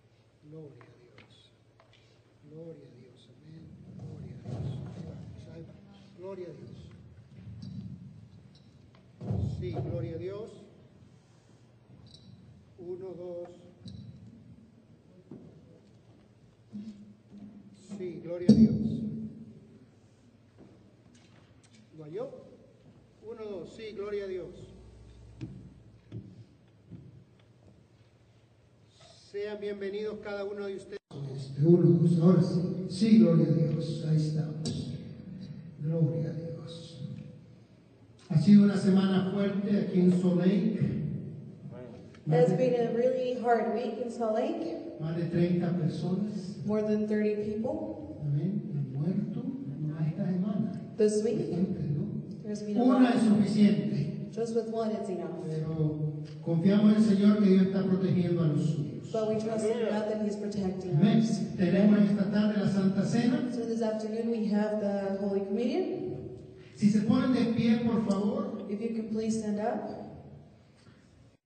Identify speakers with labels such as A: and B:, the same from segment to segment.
A: Gloria a Dios. Gloria a Dios. Amén. Gloria a Dios. Ahí va. Gloria a Dios. Sí, gloria a Dios. Uno, dos. Sí, gloria a Dios. ¿Lo halló? Uno, dos. Sí, gloria a Dios. Sean bienvenidos cada uno de ustedes.
B: Este, uno, dos, ahora sí. Sí, gloria a Dios. Ahí estamos. Gloria a Dios. Ha sido una semana fuerte aquí en Salt Lake. Más
C: It's
B: de,
C: been a really hard week in Salt Lake.
B: más de 30 personas
C: More than 30 people
B: amén, han muerto en esta semana.
C: this week.
B: Bastante, ¿no?
C: There's been a
B: Una es
C: lot.
B: suficiente,
C: Just with one, it's enough.
B: pero confiamos en el Señor que Dios está protegiendo a los suyos.
C: But we trust in God that He's protecting
B: Amén.
C: us.
B: Tenemos esta tarde la Santa Cena.
C: So this afternoon we have the Holy Communion.
B: Si se ponen de pie, por favor,
C: If you could please stand up.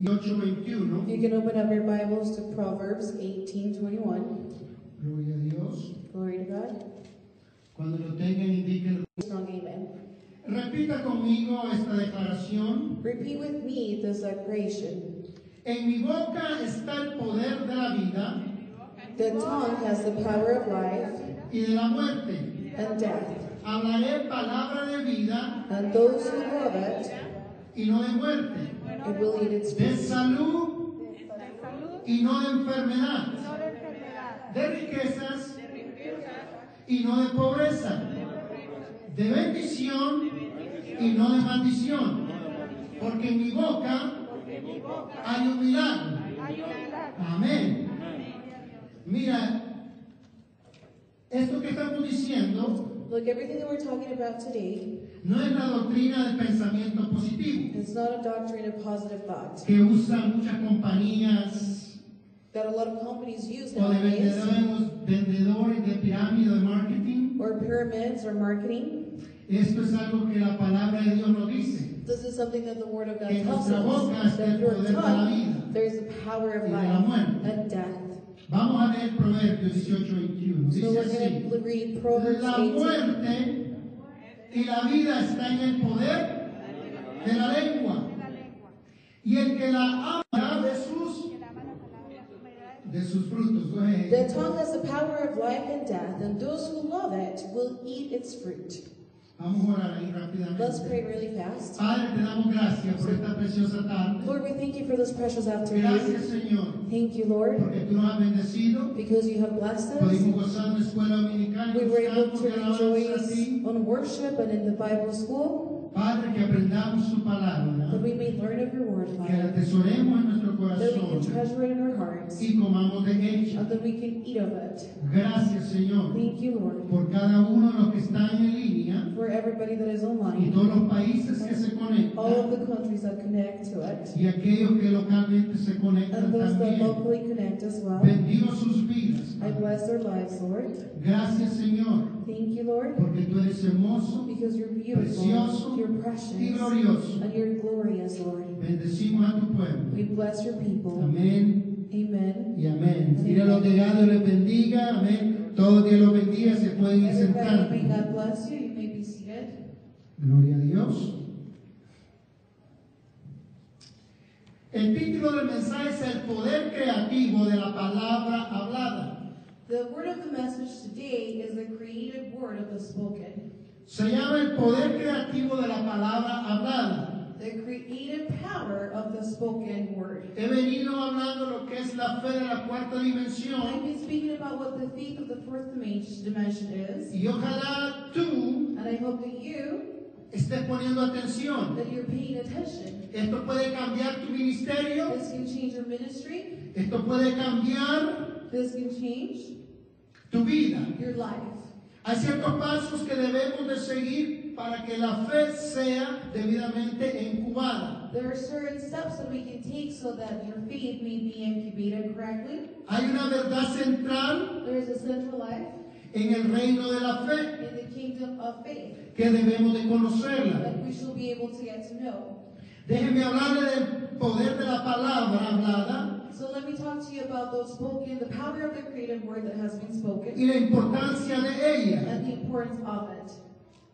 B: 821.
C: You can open up your Bibles to Proverbs 18:21.
B: Gloria a Dios.
C: Glory to God.
B: Cuando lo tengan, indiquen.
C: Strong amen.
B: Repita conmigo esta declaración.
C: Repeat with me this declaration.
B: En mi boca está el poder de la vida
C: The tongue has the power of life
B: y de la muerte.
C: and death,
B: Hablaré palabra de vida
C: and those who love it,
B: y no de muerte.
C: it will eat its
B: De salud
D: de salud,
B: y no de enfermedad.
D: no de enfermedad,
B: De riquezas y no de pobreza. De bendición y no de maldición. Porque en mi boca hay humildad.
D: hay humildad.
B: Amén. Mira, esto que estamos diciendo
C: Look, everything that we're talking about today,
B: no es la doctrina del pensamiento positivo
C: it's not a doctrine of positive thought
B: que usan muchas compañías
C: that a lot of companies use
B: o de
C: nowadays,
B: vendedores, vendedores de pirámide de marketing.
C: or pyramids or marketing.
B: Esto es algo que la palabra de Dios nos dice.
C: This is something that the Word of God
B: Que
C: tells
B: nuestra boca
C: us
B: está
C: that
B: el
C: through
B: poder
C: our
B: de la vida
C: tongue, there is the power
B: y
C: of
B: de la
C: life
B: muerte.
C: and death.
B: Vamos a leer Proverbios 18:21.
C: So
B: Dice
C: we're going
B: así:
C: to read Proverbs
B: La
C: 18.
B: muerte y la vida está en el poder de la lengua.
D: de la lengua,
B: Y el que la ama de sus,
D: que la mala palabra humedad,
B: de sus frutos. ¿no? Eh,
C: The tongue has the power of life and death, and those who love it will eat its fruit.
B: Vamos a orar ahí
C: Let's pray
B: rápidamente.
C: really fast.
B: Padre, te damos gracias por esta preciosa tarde.
C: Lord, we thank you for this precious afternoon.
B: Gracias, Señor,
C: Thank you, Lord,
B: porque tú nos has bendecido.
C: because you have blessed us.
B: Pudimos gozar en la escuela dominical
C: We
B: y
C: were able
B: buscamos
C: to
B: que alabanza a
C: rejoice
B: ti.
C: on worship and in the Bible school,
B: Padre, que aprendamos tu
C: that
B: palabra,
C: we may learn of your word,
B: que la
C: Father,
B: atesoremos en nuestro
C: that we can
B: corazón
C: treasure it in our hearts,
B: y comamos de ella.
C: and that we can eat of it.
B: Gracias, Señor,
C: Thank you, Lord,
B: por cada uno de los que están en línea
C: for everybody that is
B: y
C: online,
B: todos los países que se
C: all
B: conectan.
C: of the countries that connect to it,
B: y aquellos que localmente se conectan
C: and those that
B: también.
C: locally connect as well.
B: Bendigo sus vidas.
C: I bless their lives, Lord.
B: Gracias, Señor,
C: Thank you, Lord,
B: porque tú eres hermoso
C: because you're
B: Precioso
C: beautiful, you're
B: y
C: precious,
B: glorioso.
C: and you're glorious, Lord.
B: Bendecimos a tu pueblo.
C: We bless your people.
B: Amén
C: Amen.
B: y amén. Dile a los de Dios les bendiga. Amén. Todo Dios los bendiga. Se pueden ir sentando.
C: Everybody, may God bless you. You may be seated.
B: Gloria a Dios. El título del mensaje es El poder creativo de la palabra hablada.
C: The word of the message today is the creative word of the spoken,
B: Se llama el poder creativo de la palabra hablada.
C: the creative power of the spoken word.
B: He venido hablando lo que es la fe de la cuarta
C: I've
B: dimensión
C: been speaking about what the faith of the fourth dimension dimension is,
B: y ojalá tú
C: and I hope that you
B: estés poniendo atención.
C: that you're paying attention.
B: Esto puede cambiar tu ministerio,
C: This can change your ministry.
B: esto puede cambiar
C: This can change
B: tu vida.
C: your life.
B: Hay ciertos pasos que debemos de seguir para que la fe sea debidamente incubada.
C: There are certain steps that we can take so that your faith may be incubated correctly.
B: Hay una verdad central
C: There is a central life
B: en el reino de la fe
C: in the kingdom of faith
B: que debemos de conocerla.
C: that we shall be able to get to know.
B: Déjenme hablarle del poder de la palabra hablada
C: So let me talk to you about those spoken, the power of the creative word that has been
B: y
C: spoken
B: la importancia de ella.
C: and the importance of it.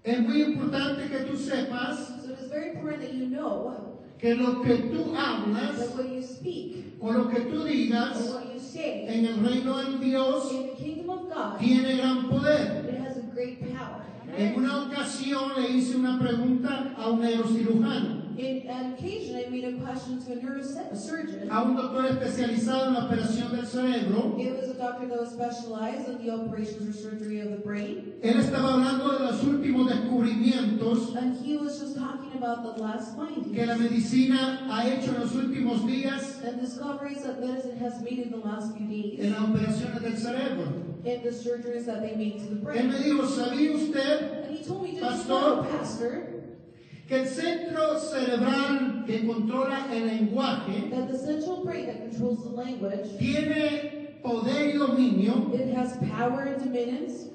B: Es muy importante que tú sepas
C: So it is very important that you know
B: que lo que tú
C: that
B: hablas
C: what you speak
B: o lo que tú
C: or
B: digas
C: what you say
B: en el reino de Dios
C: in the kingdom of God,
B: tiene gran poder.
C: it has a great power.
B: En una ocasión le hice una pregunta a un neurocirujano,
C: In an occasion, I made a question to a neurosurgeon.
B: a un doctor especializado en la operación del cerebro.
C: It was a doctor that was specialized in the operations or surgery of the brain,
B: Él estaba hablando de los últimos descubrimientos
C: and he was just talking about the last
B: que la
C: findings
B: medicina ha hecho en los últimos días
C: and discoveries that medicine has made in the last few
B: en
C: days
B: las operaciones del cerebro.
C: and the surgeries that they made to the
B: Él me
C: brain.
B: dijo, ¿sabía usted
C: And he told me, did you know, Pastor,
B: que el centro cerebral que controla el lenguaje
C: that the central brain that controls the language,
B: tiene poder y dominio
C: it has power and dominions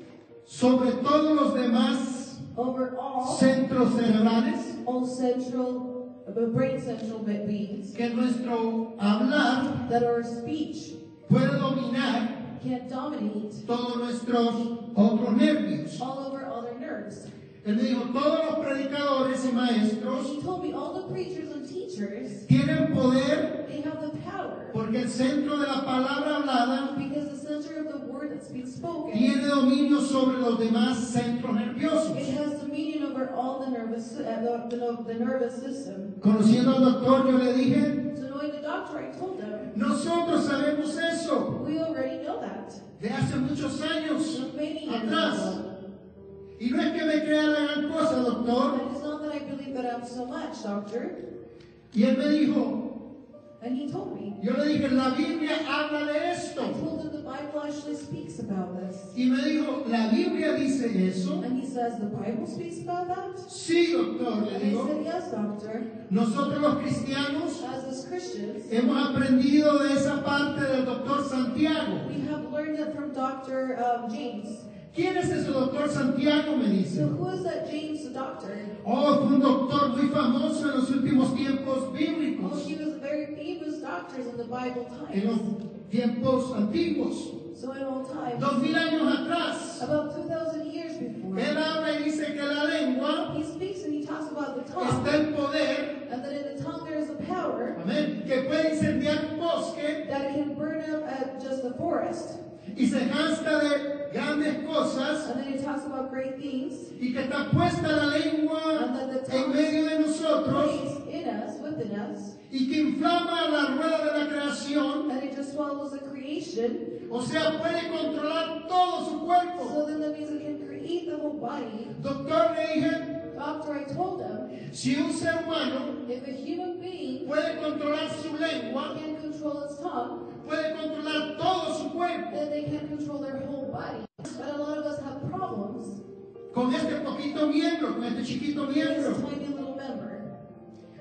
B: sobre todos los demás
C: over all,
B: centros cerebrales?
C: all central, uh, brain central beings,
B: Que nuestro hablar
C: that our speech
B: puede dominar
C: can dominate
B: todos nuestros otros nervios.
C: all over other nerves.
B: Él me dijo, todos los predicadores y maestros
C: He told me all the preachers and teachers,
B: tienen poder
C: they have the power
B: porque el centro de la palabra hablada
C: because the center of the word that's being spoken,
B: tiene dominio sobre los demás centros
C: it
B: nerviosos.
C: has dominion over all the nervous, uh, the, the, the nervous system.
B: Conociendo al doctor, yo le dije,
C: So knowing the doctor, I told him,
B: nosotros sabemos eso
C: we already know that.
B: de hace muchos años
C: So many years
B: atrás.
C: ago.
B: Y no es que me crea la gran cosa,
C: And
B: doctor.
C: it's not that I believe that I'm so much, doctor.
B: Y él me dijo,
C: And he told me.
B: yo le dije, la Biblia habla de
C: I
B: esto.
C: told him the Bible actually speaks about this.
B: Y me dijo, la Biblia dice eso.
C: And he says, the Bible speaks about that?
B: Sí, doctor, le
C: And I
B: digo.
C: said, yes, doctor.
B: Nosotros los cristianos
C: As as Christians,
B: Hemos aprendido de esa parte del doctor Santiago.
C: We have learned it from Dr. Um, James.
B: ¿Quién es ese doctor Santiago? Me
C: So
B: dice.
C: who is that James the doctor?
B: Oh, fue un doctor muy famoso en los últimos tiempos
C: Well,
B: bíblicos,
C: Oh, he was a very famous doctor in the Bible
B: en
C: times.
B: los tiempos antiguos,
C: So in all times,
B: dos mil años atrás.
C: about 2,000 years before,
B: Él habla y dice que la lengua
C: he speaks and he talks about the tongue,
B: está en poder,
C: and that in the tongue there is a power
B: amén, que puede incendiar un bosque
C: that can burn up at just the forest.
B: y se jasta de grandes cosas
C: And then he talks about great things
B: y que está puesta la lengua en medio de nosotros
C: placed in us, within us,
B: y que inflama la rueda de la creación,
C: and it just swallows the creation.
B: o sea, puede controlar todo su cuerpo.
C: So then that means it can create the whole body.
B: Doctor, le dije,
C: Doctor, I told him,
B: si un ser humano
C: If a human being
B: puede controlar su lengua,
C: can control its tongue,
B: puede controlar todo su cuerpo,
C: then they can control their whole body. But a lot of us have problems
B: con este poquito miembro, con este chiquito
C: with this
B: miembro.
C: tiny little member.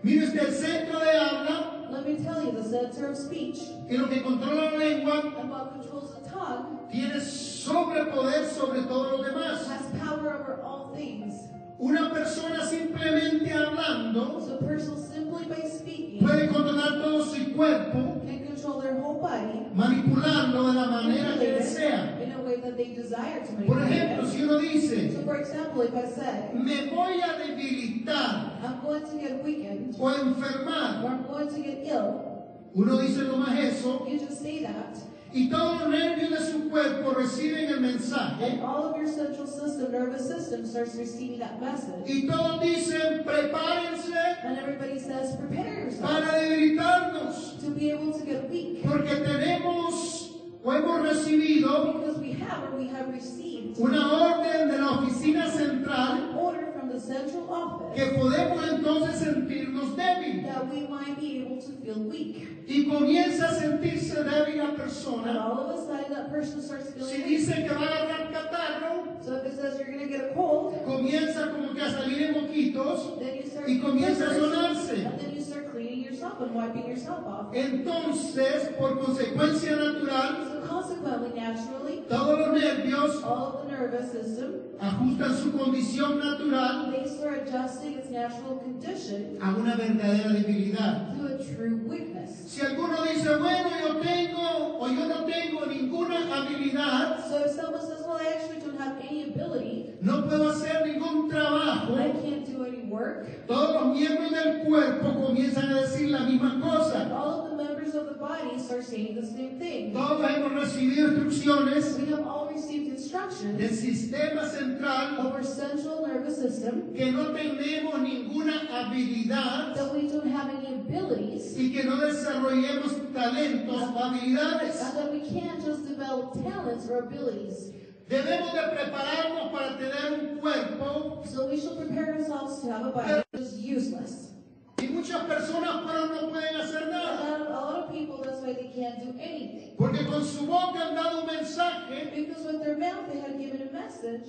B: Mire usted, el centro de habla
C: Let me tell you, the center of speech
B: y lo que controla la lengua
C: and what controls the tongue
B: tiene sobrepoder sobre todo lo demás.
C: has power over all things.
B: Una persona simplemente hablando
C: So a person simply by speaking
B: puede controlar todo su cuerpo
C: can control their whole body
B: manipularlo de la manera que desea.
C: in a way that they desire to make
B: Por ejemplo, si uno dice,
C: So for example, if I said,
B: me voy a debilitar
C: I'm going to get weakened
B: o
C: or
B: enfermar,
C: I'm going to get ill,
B: uno dice nomás eso
C: you just say that
B: y todos los nervios de su cuerpo reciben el mensaje
C: And all of your central system, nervous system, starts receiving that message.
B: y todos dicen, prepárense
C: And everybody says, prepare yourself
B: para debilitarnos
C: to be able to get weak
B: porque tenemos o hemos recibido
C: because we have or we have received
B: una orden de la oficina central
C: an order from the central
B: que
C: office
B: podemos entonces sentirnos débiles
C: that we might be able to feel weak.
B: y comienza a sentirse débil la
C: And
B: persona
C: all of a sudden, that person starts
B: Si
C: feeling weak.
B: dice que va a agarrar catarro,
C: So if it says you're going to get a cold,
B: comienza como que a salir en moquitos,
C: then you start
B: Y comienza a
C: feverish,
B: sonarse.
C: and then you start cleaning yourself and wiping yourself off.
B: entonces, por consecuencia natural,
C: So consequently, naturally,
B: todos los nervios
C: all of the nervous system.
B: ajustan su condición natural
C: They start adjusting its natural condition
B: a una verdadera debilidad.
C: to a true weakness.
B: Si alguno dice, bueno, yo tengo o yo no tengo ninguna habilidad,
C: So if someone says, well, I actually don't have any ability,
B: no puedo hacer ningún trabajo,
C: I can't do any work,
B: todos los miembros del cuerpo comienzan a decir la misma cosa.
C: all of the members of the body start saying the same thing.
B: Todos hemos recibido instrucciones
C: We have all received instructions
B: del sistema central
C: over central nervous system
B: que no tenemos ninguna habilidad
C: that we don't have any abilities
B: y que no desarrollemos talentos o habilidades.
C: and that we can't just develop talents or abilities.
B: Debemos de prepararnos para tener un cuerpo
C: So we should prepare ourselves to have a body that is useless.
B: y muchas personas pero no pueden hacer
C: A
B: nada
C: lot, of, a lot of people, that's why they can't do anything.
B: porque con su boca han dado un mensaje
C: Because with their mouth, they had given a message,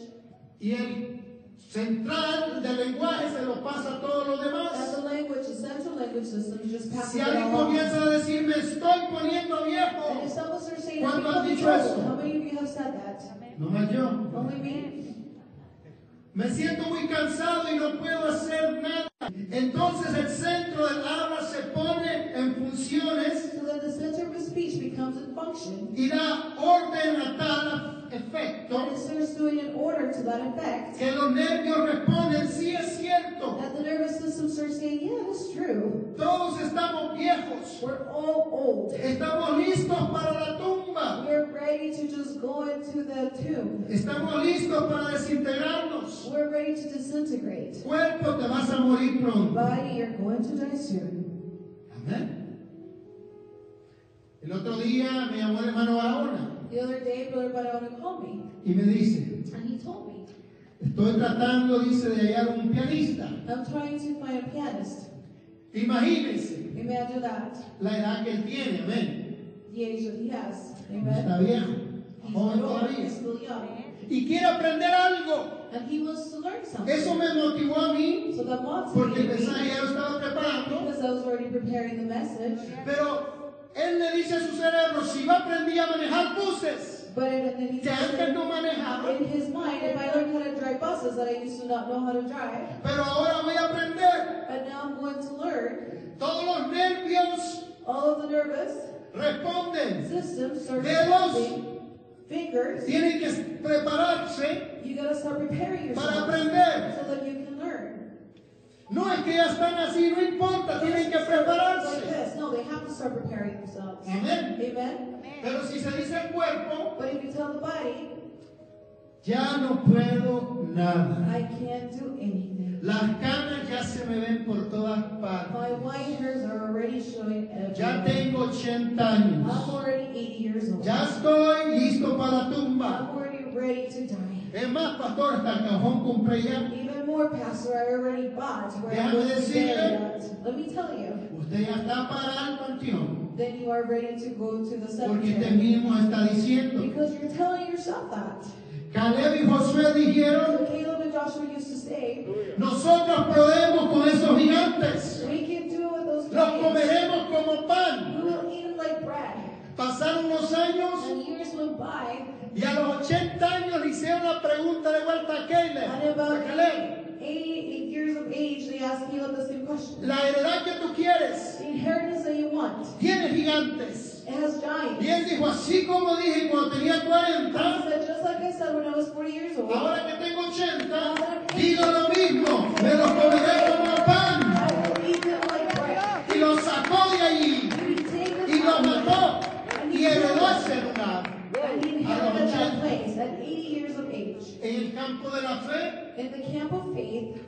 B: y el central del lenguaje se lo pasa a todos los
C: and
B: demás.
C: the language, the central language system, just passes
B: Si
C: it
B: alguien
C: along.
B: comienza a decir me estoy poniendo
C: And if
B: viejo,
C: someone starts saying,
B: ¿Cuánto
C: "I'm
B: has
C: in
B: dicho
C: trouble,"
B: eso?
C: how many of you have said that?
B: no más yo,
C: Only me.
B: me siento muy cansado y no puedo hacer nada. Entonces el centro del habla se pone en funciones
C: So that the center of speech becomes a function,
B: y da orden a tal efecto
C: and it starts doing an order to that effect,
B: que los nervios responden, sí es cierto,
C: that the nervous system starts saying, yeah, that's true.
B: todos estamos viejos,
C: We're all old.
B: estamos listos para la tumba,
C: We're ready to just go into the tomb.
B: estamos listos para desintegrarnos.
C: We're ready to disintegrate.
B: Cuerpo, te vas a morir pronto.
C: Body, you're going to die soon.
B: Amén. El otro día me llamó el hermano Barahona
C: The other day, Brother Barona called me,
B: y me dice,
C: and he told me,
B: estoy tratando, dice, de hallar un pianista.
C: I'm trying to find a pianist.
B: Imagínense
C: Imagine that,
B: la edad que él tiene, amén.
C: the age that he has.
B: Está
C: Amen.
B: viejo,
C: He's
B: joven
C: old,
B: todavía.
C: he's still young.
B: Y quiere aprender algo.
C: And he wants to learn something.
B: Eso me motivó a mí
C: So that
B: porque el
C: motivated
B: mensaje
C: me,
B: ya lo estaba preparando.
C: because I was already preparing the message.
B: Pero él le dice a su cerebro, si yo aprendí a manejar buses,
C: But it- then he
B: que antes
C: said,
B: no manejaba,
C: in his mind, if I learned how to drive buses that I used to not know how to drive,
B: pero ahora voy a aprender.
C: and now I'm going to learn,
B: Todos los nervios
C: all of the nervous
B: responden.
C: system starts
B: Dedos.
C: moving, fingers.
B: Tienen que prepararse
C: You gotta start preparing
B: para
C: yourself
B: aprender.
C: so that you can learn.
B: No es que ya están así, no importa, tienen que
C: Like
B: prepararse.
C: this. No, they have to start preparing themselves.
B: Amén.
C: Amen.
B: Pero si se dice el cuerpo,
C: But if you tell the body,
B: ya no puedo nada.
C: I can't do anything.
B: Las canas ya se me ven por todas partes.
C: My white hairs are already showing
B: Ya
C: everywhere.
B: tengo 80
C: I'm
B: años.
C: already 80 years old.
B: Ya estoy listo para la
C: I'm
B: tumba.
C: already ready to die.
B: Es más, pastor, hasta el cajón compré ya.
C: Even more, Pastor, I already bought where
B: Déjame
C: I'm going to be
B: decirle.
C: buried at. Let me tell you,
B: Usted ya está para el panteón.
C: then you are ready to go to the
B: Porque usted
C: cemetery.
B: mismo está diciendo.
C: Because you're telling yourself that.
B: Caleb y Josué dijeron,
C: So Caleb and Joshua used to say,
B: nosotros podemos con esos gigantes.
C: We can do with
B: Los
C: those giants.
B: comeremos como
C: We
B: pan.
C: will eat them like bread.
B: Pasaron los años
C: And years went by,
B: y a los 80 años le hicieron la pregunta de vuelta a Caleb.
C: and
B: A
C: about
B: Caleb,
C: 88 years of age, they asked Caleb the same question.
B: la heredad que tú quieres
C: The inheritance that you want,
B: tiene gigantes.
C: it has giants.
B: Y él dijo, así como dije cuando tenía 40,
C: He said, just like I said when I was 40 years old, I
B: Ahora que tengo 80, digo lo mismo, me los comeré como pan.
C: will eat them like bread.
B: Y los sacó de allí,
C: And he take
B: y
C: them
B: los
C: out of
B: mató,
C: there,
B: y heredó ese lugar.
C: And he inherited that place at 80 years of age.
B: En el campo de la fe,
C: In the camp of faith,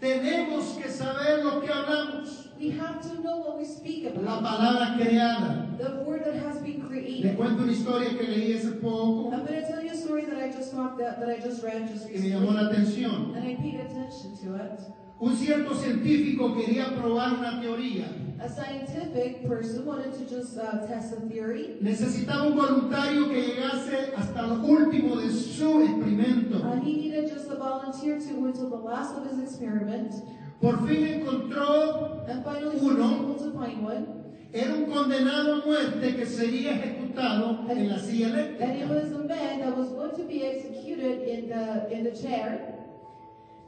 B: tenemos que saber lo que hablamos.
C: we have to know what we speak
B: La
C: about.
B: palabra creada.
C: The word that has been created.
B: Les cuento una historia que leí hace poco,
C: I'm going to tell you a story that I just talked that, that I just read just
B: que me llamó
C: recently,
B: la atención.
C: and I paid attention to it.
B: Un cierto científico quería probar una teoría.
C: A scientific person wanted to just uh, test a theory,
B: Necesitaba un voluntario que llegase hasta lo último de su experimento.
C: and Uh, he needed just a volunteer to go until the last of his experiment,
B: Por fin encontró,
C: and finally he was
B: Uno.
C: able to find one.
B: era un condenado a muerte que sería ejecutado en la silla
C: And it
B: eléctrica.
C: was a man that was going to be executed in in the chair.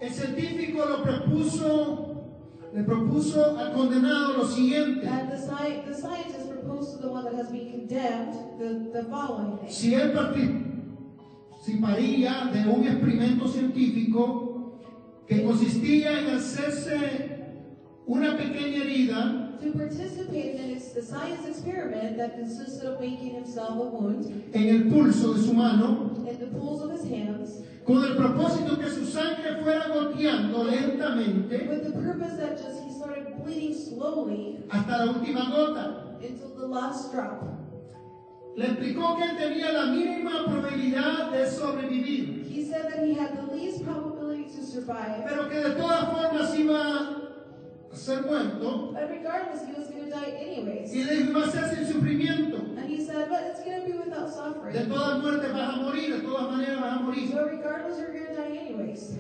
B: El científico lo propuso, le propuso al condenado lo siguiente.
C: And the, sci- the scientist proposed to the one that has been condemned the, the following thing.
B: Si él participaría de un experimento científico que consistía en hacerse una pequeña herida,
C: To participate in ex- the science experiment that consisted of making himself a wound
B: en el pulso de su mano,
C: in the pools of his hands
B: con el propósito que su sangre fuera goteando lentamente
C: with the purpose that just he started bleeding slowly
B: hasta la última gota.
C: until the last drop.
B: Le explicó que él tenía la mínima probabilidad de sobrevivir,
C: He said that he had the least probability to survive,
B: pero que de todas formas iba a ser muerto
C: but regardless, he was going to die anyways.
B: y le iba a hacer sin sufrimiento.
C: And he said, but it's going to be without
B: De
C: suffering.
B: todas muertes vas a morir, de todas maneras vas a morir.
C: So regardless, you're going to die anyways.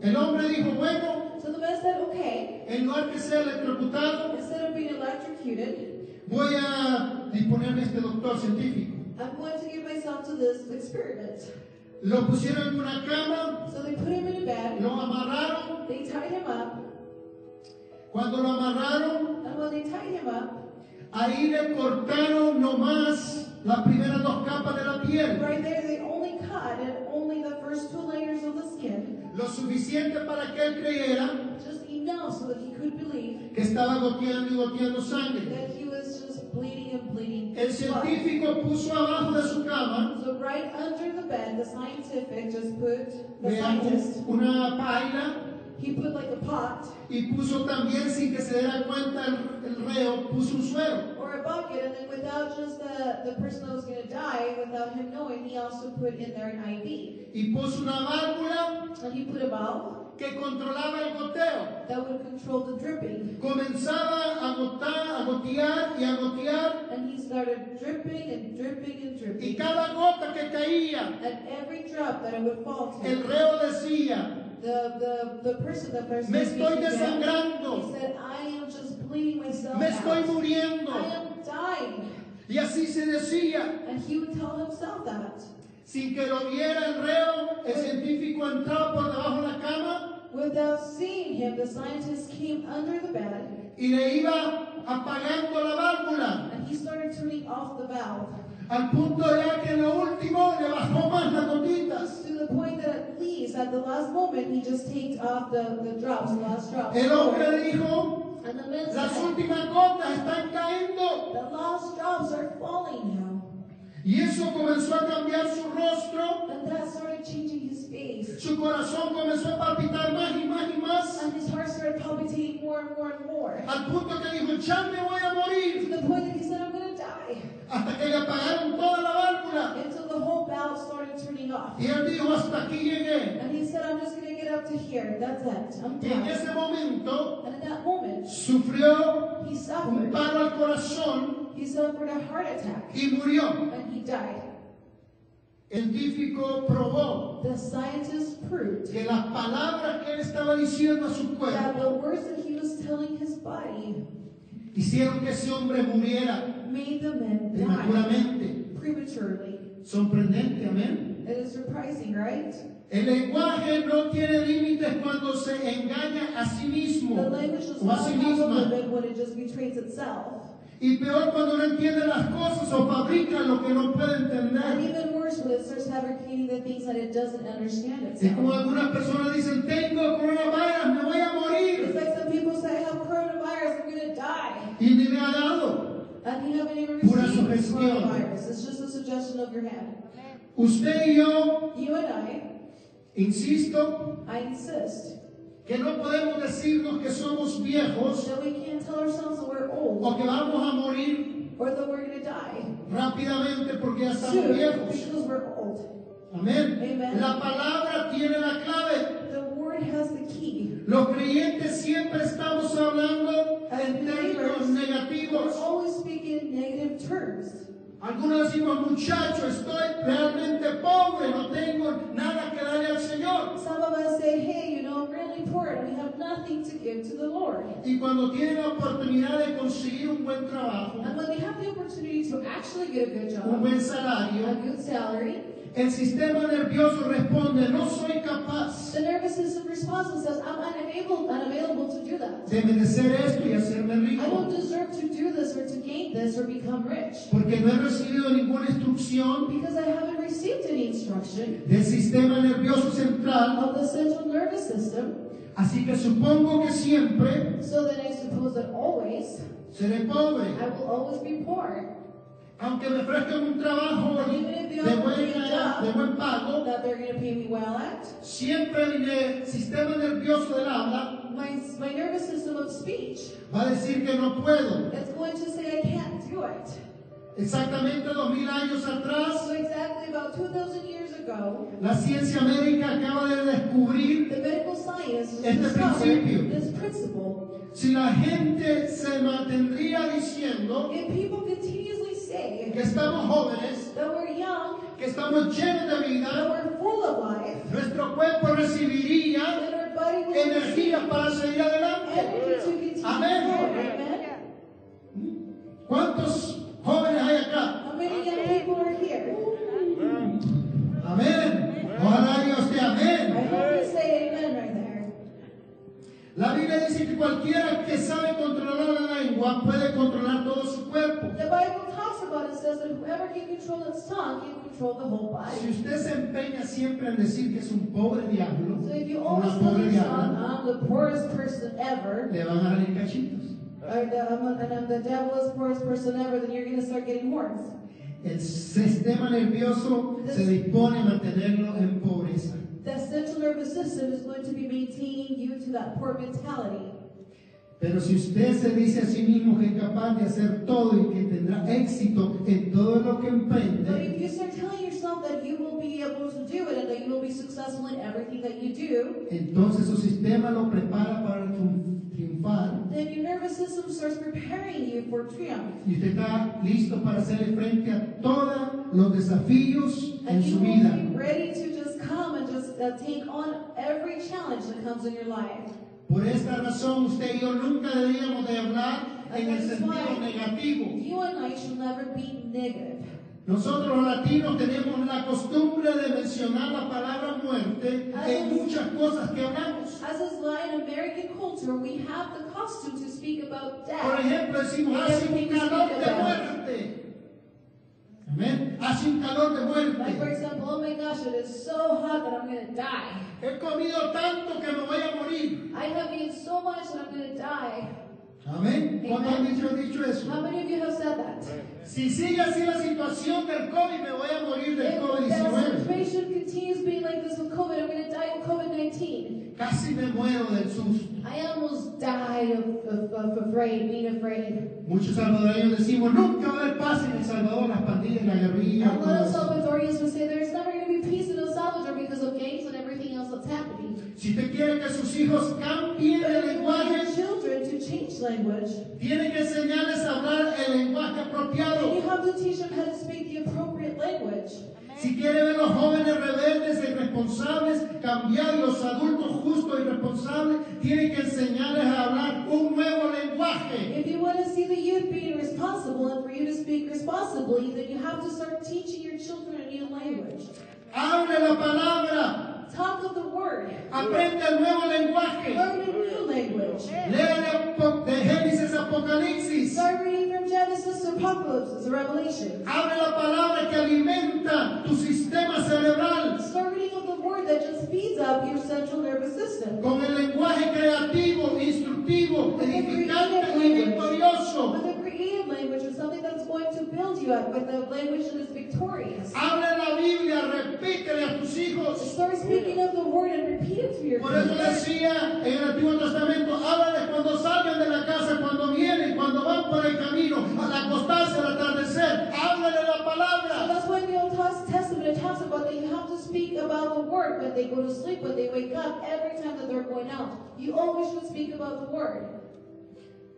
B: El hombre dijo, bueno,
C: So the man said, okay,
B: en lugar que sea electrocutado,
C: instead of being electrocuted,
B: voy a disponerme a este doctor científico.
C: I'm going to give myself to this experiment.
B: Lo pusieron en una cama,
C: So they put him in a bed,
B: lo amarraron.
C: they tied him up,
B: Cuando lo amarraron,
C: and when they tied him up,
B: ahí le cortaron nomás las primeras dos capas de la piel,
C: right there they only cut and only the first two layers of the skin,
B: lo suficiente para que él creyera
C: just enough so that he could believe
B: que estaba goteando y goteando sangre.
C: that he was just bleeding and bleeding.
B: El
C: blood.
B: científico puso abajo de su cama
C: So right under the bed, the scientific just put the
B: le hago
C: scientist.
B: una paila
C: He put like a pot
B: Y puso también, sin que se diera cuenta el, el reo, puso un suero.
C: or a bucket, and then without just the the person that was gonna die, without him knowing, he also put in there an IV,
B: Y puso una válvula
C: and he put a valve
B: que controlaba el goteo.
C: that would control the dripping.
B: Comenzaba a gotar, a gotear y a gotear.
C: And he started dripping and dripping and
B: Y
C: dripping.
B: cada gota que caía,
C: And every drop that it would fall to,
B: el reo decía,
C: the, the, the person that person
B: me
C: was
B: estoy
C: speaking to,
B: desangrando,
C: He said, I am just bleeding myself
B: me
C: out.
B: estoy muriendo.
C: I am dying.
B: Y así se decía.
C: And he would tell himself that.
B: Sin que lo viera el reo, el científico entraba por debajo de la cama
C: Without seeing him, the scientist came under the bed
B: y le iba apagando la válvula.
C: and he started turning off the valve
B: Al punto ya que en lo último le bajó más las gotitas.
C: to the point that at least at the last moment he just taked off the, the drops, the last drops.
B: El hombre dijo,
C: And the man
B: las
C: said,
B: últimas gotas están cayendo.
C: the last drops are falling now.
B: Y eso comenzó a cambiar su rostro,
C: And that started changing his face.
B: su corazón comenzó a palpitar más y más y más.
C: And his heart started palpitating more and more and more.
B: Al punto que dijo, ya me voy a
C: To
B: morir.
C: the point that he said, I'm going to die.
B: Hasta que le apagaron toda la válvula.
C: Until the whole valve started turning off.
B: Y él dijo, hasta aquí llegué.
C: And he said, I'm just going to get up to here. That's it. I'm
B: Y en
C: done.
B: ese momento
C: And at that moment,
B: sufrió
C: he
B: un
C: suffered.
B: paro al corazón
C: He suffered a heart attack.
B: y murió.
C: And he died.
B: El científico probó
C: The scientists proved
B: que las palabras que él estaba diciendo a su
C: that
B: cuerpo
C: the words that he was telling his body
B: hicieron que ese hombre muriera
C: made the men die
B: prematuramente.
C: prematurely.
B: Sorprendente, amén.
C: It is surprising, right?
B: El lenguaje no tiene límites cuando se engaña a sí
C: The
B: mismo
C: language does
B: o a
C: not
B: sí
C: have a
B: misma.
C: limit when it just betrays itself.
B: Y peor cuando no entiende las cosas o fabrica lo que no puede
C: And
B: entender.
C: even worse, when it starts fabricating the things that it doesn't understand
B: Es como
C: itself.
B: algunas personas dicen, tengo coronavirus, me voy a
C: It's
B: morir.
C: like some people say, I have coronavirus, I'm gonna die.
B: Y ni me ha dado.
C: And you haven't even
B: Pura
C: received
B: sugestión.
C: coronavirus. It's just a suggestion of your head.
B: Usted y yo,
C: You and I,
B: insisto,
C: I insist
B: que no podemos decirnos que somos viejos
C: that we can't tell ourselves that we're old
B: o que vamos a morir
C: or that we're gonna die
B: rápidamente porque ya estamos
C: soon
B: viejos.
C: because we're old.
B: Amén.
C: Amen.
B: La palabra tiene la clave.
C: The word has the key.
B: Los creyentes siempre estamos hablando en términos
C: We're
B: negativos.
C: always speaking in negative terms.
B: Algunos decimos, muchacho, estoy realmente pobre, no tengo nada que darle al Señor.
C: Some of us say, hey, you know, I'm really poor and we have nothing something to give to the Lord.
B: Y cuando tienen la oportunidad de conseguir un buen trabajo,
C: And when they have the opportunity to actually get a
B: un
C: good job,
B: buen
C: a
B: salario,
C: good salary,
B: el sistema nervioso responde, no soy capaz
C: the nervous system responds and says, I'm unable, unavailable to do that.
B: de merecer esto y hacerme
C: I don't
B: rico,
C: deserve to do this or to gain this or become rich
B: porque no he recibido ninguna instrucción
C: because I haven't received any instruction
B: del sistema nervioso central,
C: of the central nervous system.
B: así que supongo que siempre
C: So then I suppose that always,
B: seré pobre.
C: I will always be poor.
B: Aunque me ofrezcan un trabajo de buen, de buen pago,
C: That they're going to pay me well at.
B: siempre mi sistema nervioso del habla
C: My, my nervous system of speech
B: va a decir que no puedo.
C: is going to say I can't do it.
B: Exactamente dos mil años atrás,
C: So exactly about 2,000 years ago,
B: la ciencia médica acaba de descubrir
C: the medical science
B: Este
C: discovered
B: principio.
C: this principle.
B: si la gente se mantendría diciendo
C: If people continuously say
B: que estamos jóvenes,
C: that we're young,
B: que estamos llenos de
C: that
B: vida,
C: we're full of life,
B: nuestro cuerpo recibiría
C: that our body will receive
B: energía para seguir adelante.
C: energy to continue.
B: Amén.
C: forward. Amen.
B: ¿Cuántos jóvenes hay acá?
C: How many young people are here?
B: Amén. Ojalá Dios te
C: I
B: amén.
C: hope you say amen right there.
B: La Biblia dice que cualquiera que sabe controlar la lengua puede controlar todo su cuerpo.
C: The Bible talks about it says that whoever can control its tongue can control the whole
B: Si
C: body.
B: usted se empeña siempre en decir que es un pobre diablo,
C: So if you always
B: una
C: tell
B: pobre
C: yourself,
B: diabla,
C: I'm the poorest person ever,
B: le van a salir cachitos.
C: or that I'm, a- and I'm the devil's poorest person ever, then you're going to start getting horns.
B: El sistema nervioso se dispone a mantenerlo en pobreza.
C: That central nervous system is going to be maintaining you to that poor mentality.
B: Pero si usted se dice a sí mismo que es capaz de hacer todo y que tendrá éxito en todo lo que
C: But
B: emprende,
C: if you start telling yourself that you will be able to do it and that you will be successful in everything that you do,
B: entonces su sistema lo prepara para triun- triunfar
C: then your nervous system starts preparing you for triumph.
B: Y usted está listo para hacerle frente a todos los desafíos en
C: And you
B: su
C: will
B: vida.
C: be ready to just come and just uh, take on every challenge that comes in your life.
B: Por esta razón, usted y yo nunca deberíamos de hablar en el sentido negativo.
C: You and I should never be negative.
B: Nosotros los latinos tenemos la costumbre de mencionar la palabra muerte en muchas cosas que hablamos.
C: As is Latin American culture, we have the costume to speak
B: Por
C: about death.
B: ejemplo, decimos, hace un calor de muerte. Amén. Hace un calor de
C: Like, for
B: muerte.
C: example, oh my gosh, it is so hot that I'm going to die.
B: He comido tanto que me voy a morir.
C: I have eaten so much that I'm going to die.
B: Amén. ¿Cuántos han dicho, han dicho eso?
C: How many of you have said that?
B: Si sigue así la situación del COVID, me voy a morir del
C: If that
B: COVID-19.
C: situation continues being like this with COVID, I'm going to die of COVID 19.
B: Casi me muero del susto.
C: I almost died of, of, of afraid, being afraid.
B: Muchos salvadoreños decimos, nunca va a haber paz en El Salvador, las pandillas, la guerrilla,
C: A lot
B: todo
C: of
B: eso".
C: Salvadorians would say there's never going to be peace in El Salvador because of gangs and everything else that's happening.
B: Si usted quiere que sus hijos cambien
C: But
B: el
C: if you want
B: lenguaje,
C: your children to change language,
B: tiene que enseñarles a hablar el lenguaje
C: then
B: apropiado.
C: you have to teach them how to speak the appropriate language.
B: Si quiere ver a los jóvenes rebeldes e irresponsables, cambiar los adultos justos y responsables, tiene que enseñarles a hablar un nuevo lenguaje.
C: If you want to see the youth being responsible and for you to speak responsibly, then you have to start teaching your children a new language.
B: Hable la palabra.
C: Talk of the word.
B: Aprende el nuevo lenguaje.
C: Learn a new language.
B: Lea de Apo- de Génesis a Apocalipsis.
C: Start reading from Genesis to Apocalypse to Revelation.
B: Abre la palabra que alimenta tu sistema cerebral
C: Start reading of the word that just feeds up your central nervous system.
B: con el lenguaje creativo, instructivo, edificante y victorioso.
C: With a creative language or something that's going to build you up with a language that is victorious.
B: Abre la Biblia, repítele a tus hijos.
C: Start speaking of the word and repeat it to your
B: Por eso
C: kids.
B: decía en el Antiguo Testamento, háblales cuando salgan de la casa, cuando vienen, cuando van por el camino, al acostarse, al atardecer. Háblale la palabra.
C: So that's why the Old Tes- Testament it talks about that you have to speak about the word when they go to sleep, when they wake up, every time that they're going out. You always should speak about the word.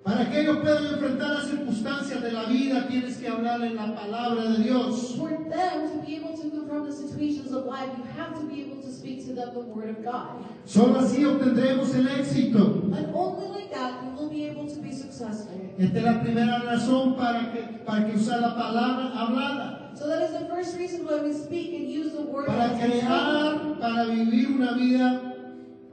B: Para que ellos puedan enfrentar las circunstancias de la vida, tienes que hablar en la palabra de Dios.
C: For them to be able to confront the situations of life, you have to be able to speak to them the word of God.
B: Solo así obtendremos el éxito.
C: And only like that you will be able to be successful.
B: Esta es la primera razón para que, para que usar la palabra hablada,
C: So that is the first reason why we speak and use the word
B: para
C: as we speak.
B: crear, para vivir una vida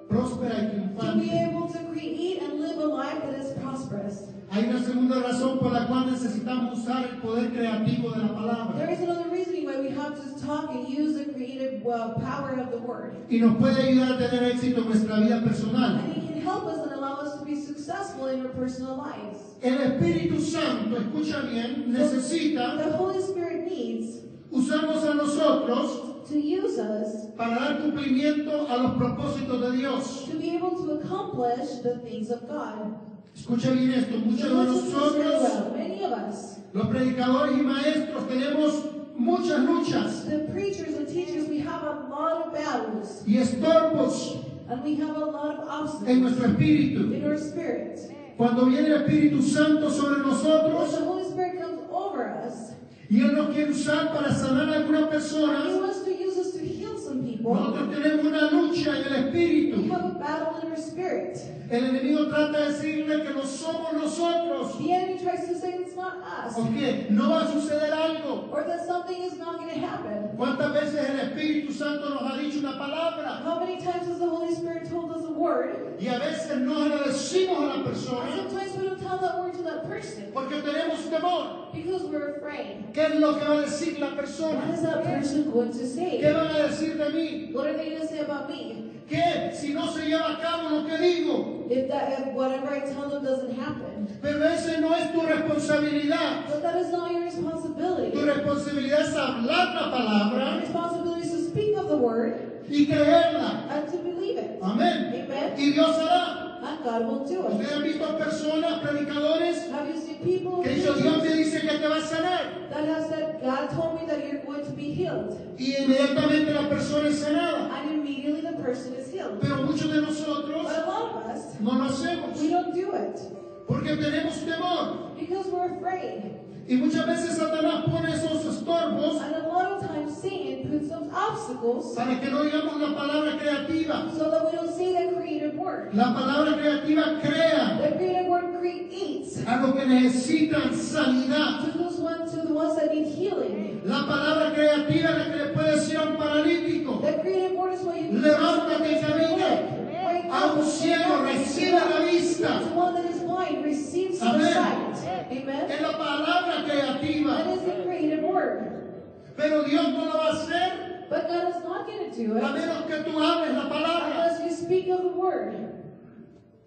B: próspera y
C: to be
B: triunfante.
C: able to create and live a life that is prosperous.
B: Hay una segunda razón por la cual necesitamos usar el poder creativo de la palabra.
C: There is another reason why we have to talk and use the creative uh, power of the word.
B: Y nos puede ayudar a tener éxito en nuestra vida personal.
C: And it can help us and allow us to be successful in our personal lives.
B: El Espíritu Santo, escucha bien, necesita
C: The Holy Spirit needs
B: usarnos a nosotros
C: to use us
B: para dar cumplimiento a los propósitos de Dios.
C: to be able to accomplish the things of God.
B: Escucha bien esto, muchos de
C: Muchos of us know
B: nosotros,
C: well, Many of us,
B: los predicadores y maestros, tenemos muchas luchas
C: the preachers and teachers, we have a lot of battles
B: y estorbos
C: and we have a lot of
B: en
C: obstacles
B: nuestro espíritu.
C: in our spirit.
B: Cuando viene el Espíritu Santo sobre
C: When
B: nosotros,
C: the Holy Spirit comes over us,
B: y Él nos quiere usar para sanar a alguna
C: He
B: persona,
C: wants to use us to heal some people.
B: nosotros tenemos una lucha en el
C: We
B: Espíritu.
C: have a battle in our spirit.
B: El enemigo trata de decirle que no somos nosotros,
C: The enemy tries to say it's not us,
B: o que no va a suceder algo.
C: or that something is not going to happen.
B: ¿Cuántas veces el Espíritu Santo nos ha dicho una palabra?
C: How many times has the Holy Spirit told us a word?
B: Y a veces no le decimos a la persona
C: Sometimes we don't tell that word to that person
B: porque tenemos temor.
C: because we're afraid.
B: ¿Qué es lo que va a decir la
C: What
B: persona?
C: is that person going to
B: ¿Qué
C: say?
B: van a decir de mí?
C: What are they going to say about me
B: ¿Qué si no se lleva a cabo lo que digo?
C: if that if whatever I tell them doesn't happen?
B: Pero esa no es tu responsabilidad.
C: But that is not your responsibility.
B: Tu
C: Your
B: responsabilidad es hablar la palabra
C: responsibility is to speak of the word
B: y creerla.
C: and to believe it.
B: Amén.
C: Amen.
B: Y Dios hará.
C: And God will do it.
B: Ustedes han visto personas, predicadores,
C: Have you seen people
B: que
C: who
B: dicho, Dios te
C: that
B: dice que te va a sanar.
C: have said, God told me that you're going to be healed?
B: Y inmediatamente la persona es sanada.
C: And immediately the person is healed.
B: Pero muchos de nosotros
C: But a lot of us,
B: no lo hacemos
C: we don't do it
B: porque tenemos temor.
C: because we're afraid.
B: Y muchas veces Satanás pone esos estorbos
C: And a lot of times Satan puts those obstacles
B: para que no digamos la palabra creativa.
C: so that we don't say the creative word.
B: La palabra creativa crea
C: The creative word creates
B: a los que necesitan sanidad.
C: to those ones to the ones that need healing.
B: La palabra creativa es la que le puede decir a un paralítico,
C: The creative word is what you can
B: Levántate y camina. a un ciego recibe la
C: The
B: vista.
C: one that is blind receives the
B: Amén.
C: sight. Amen.
B: Es la palabra creativa.
C: That is the creative word.
B: Pero Dios no lo va a hacer
C: But God is not going to do
B: a
C: it
B: menos que tú hables la palabra,
C: unless you speak of the word,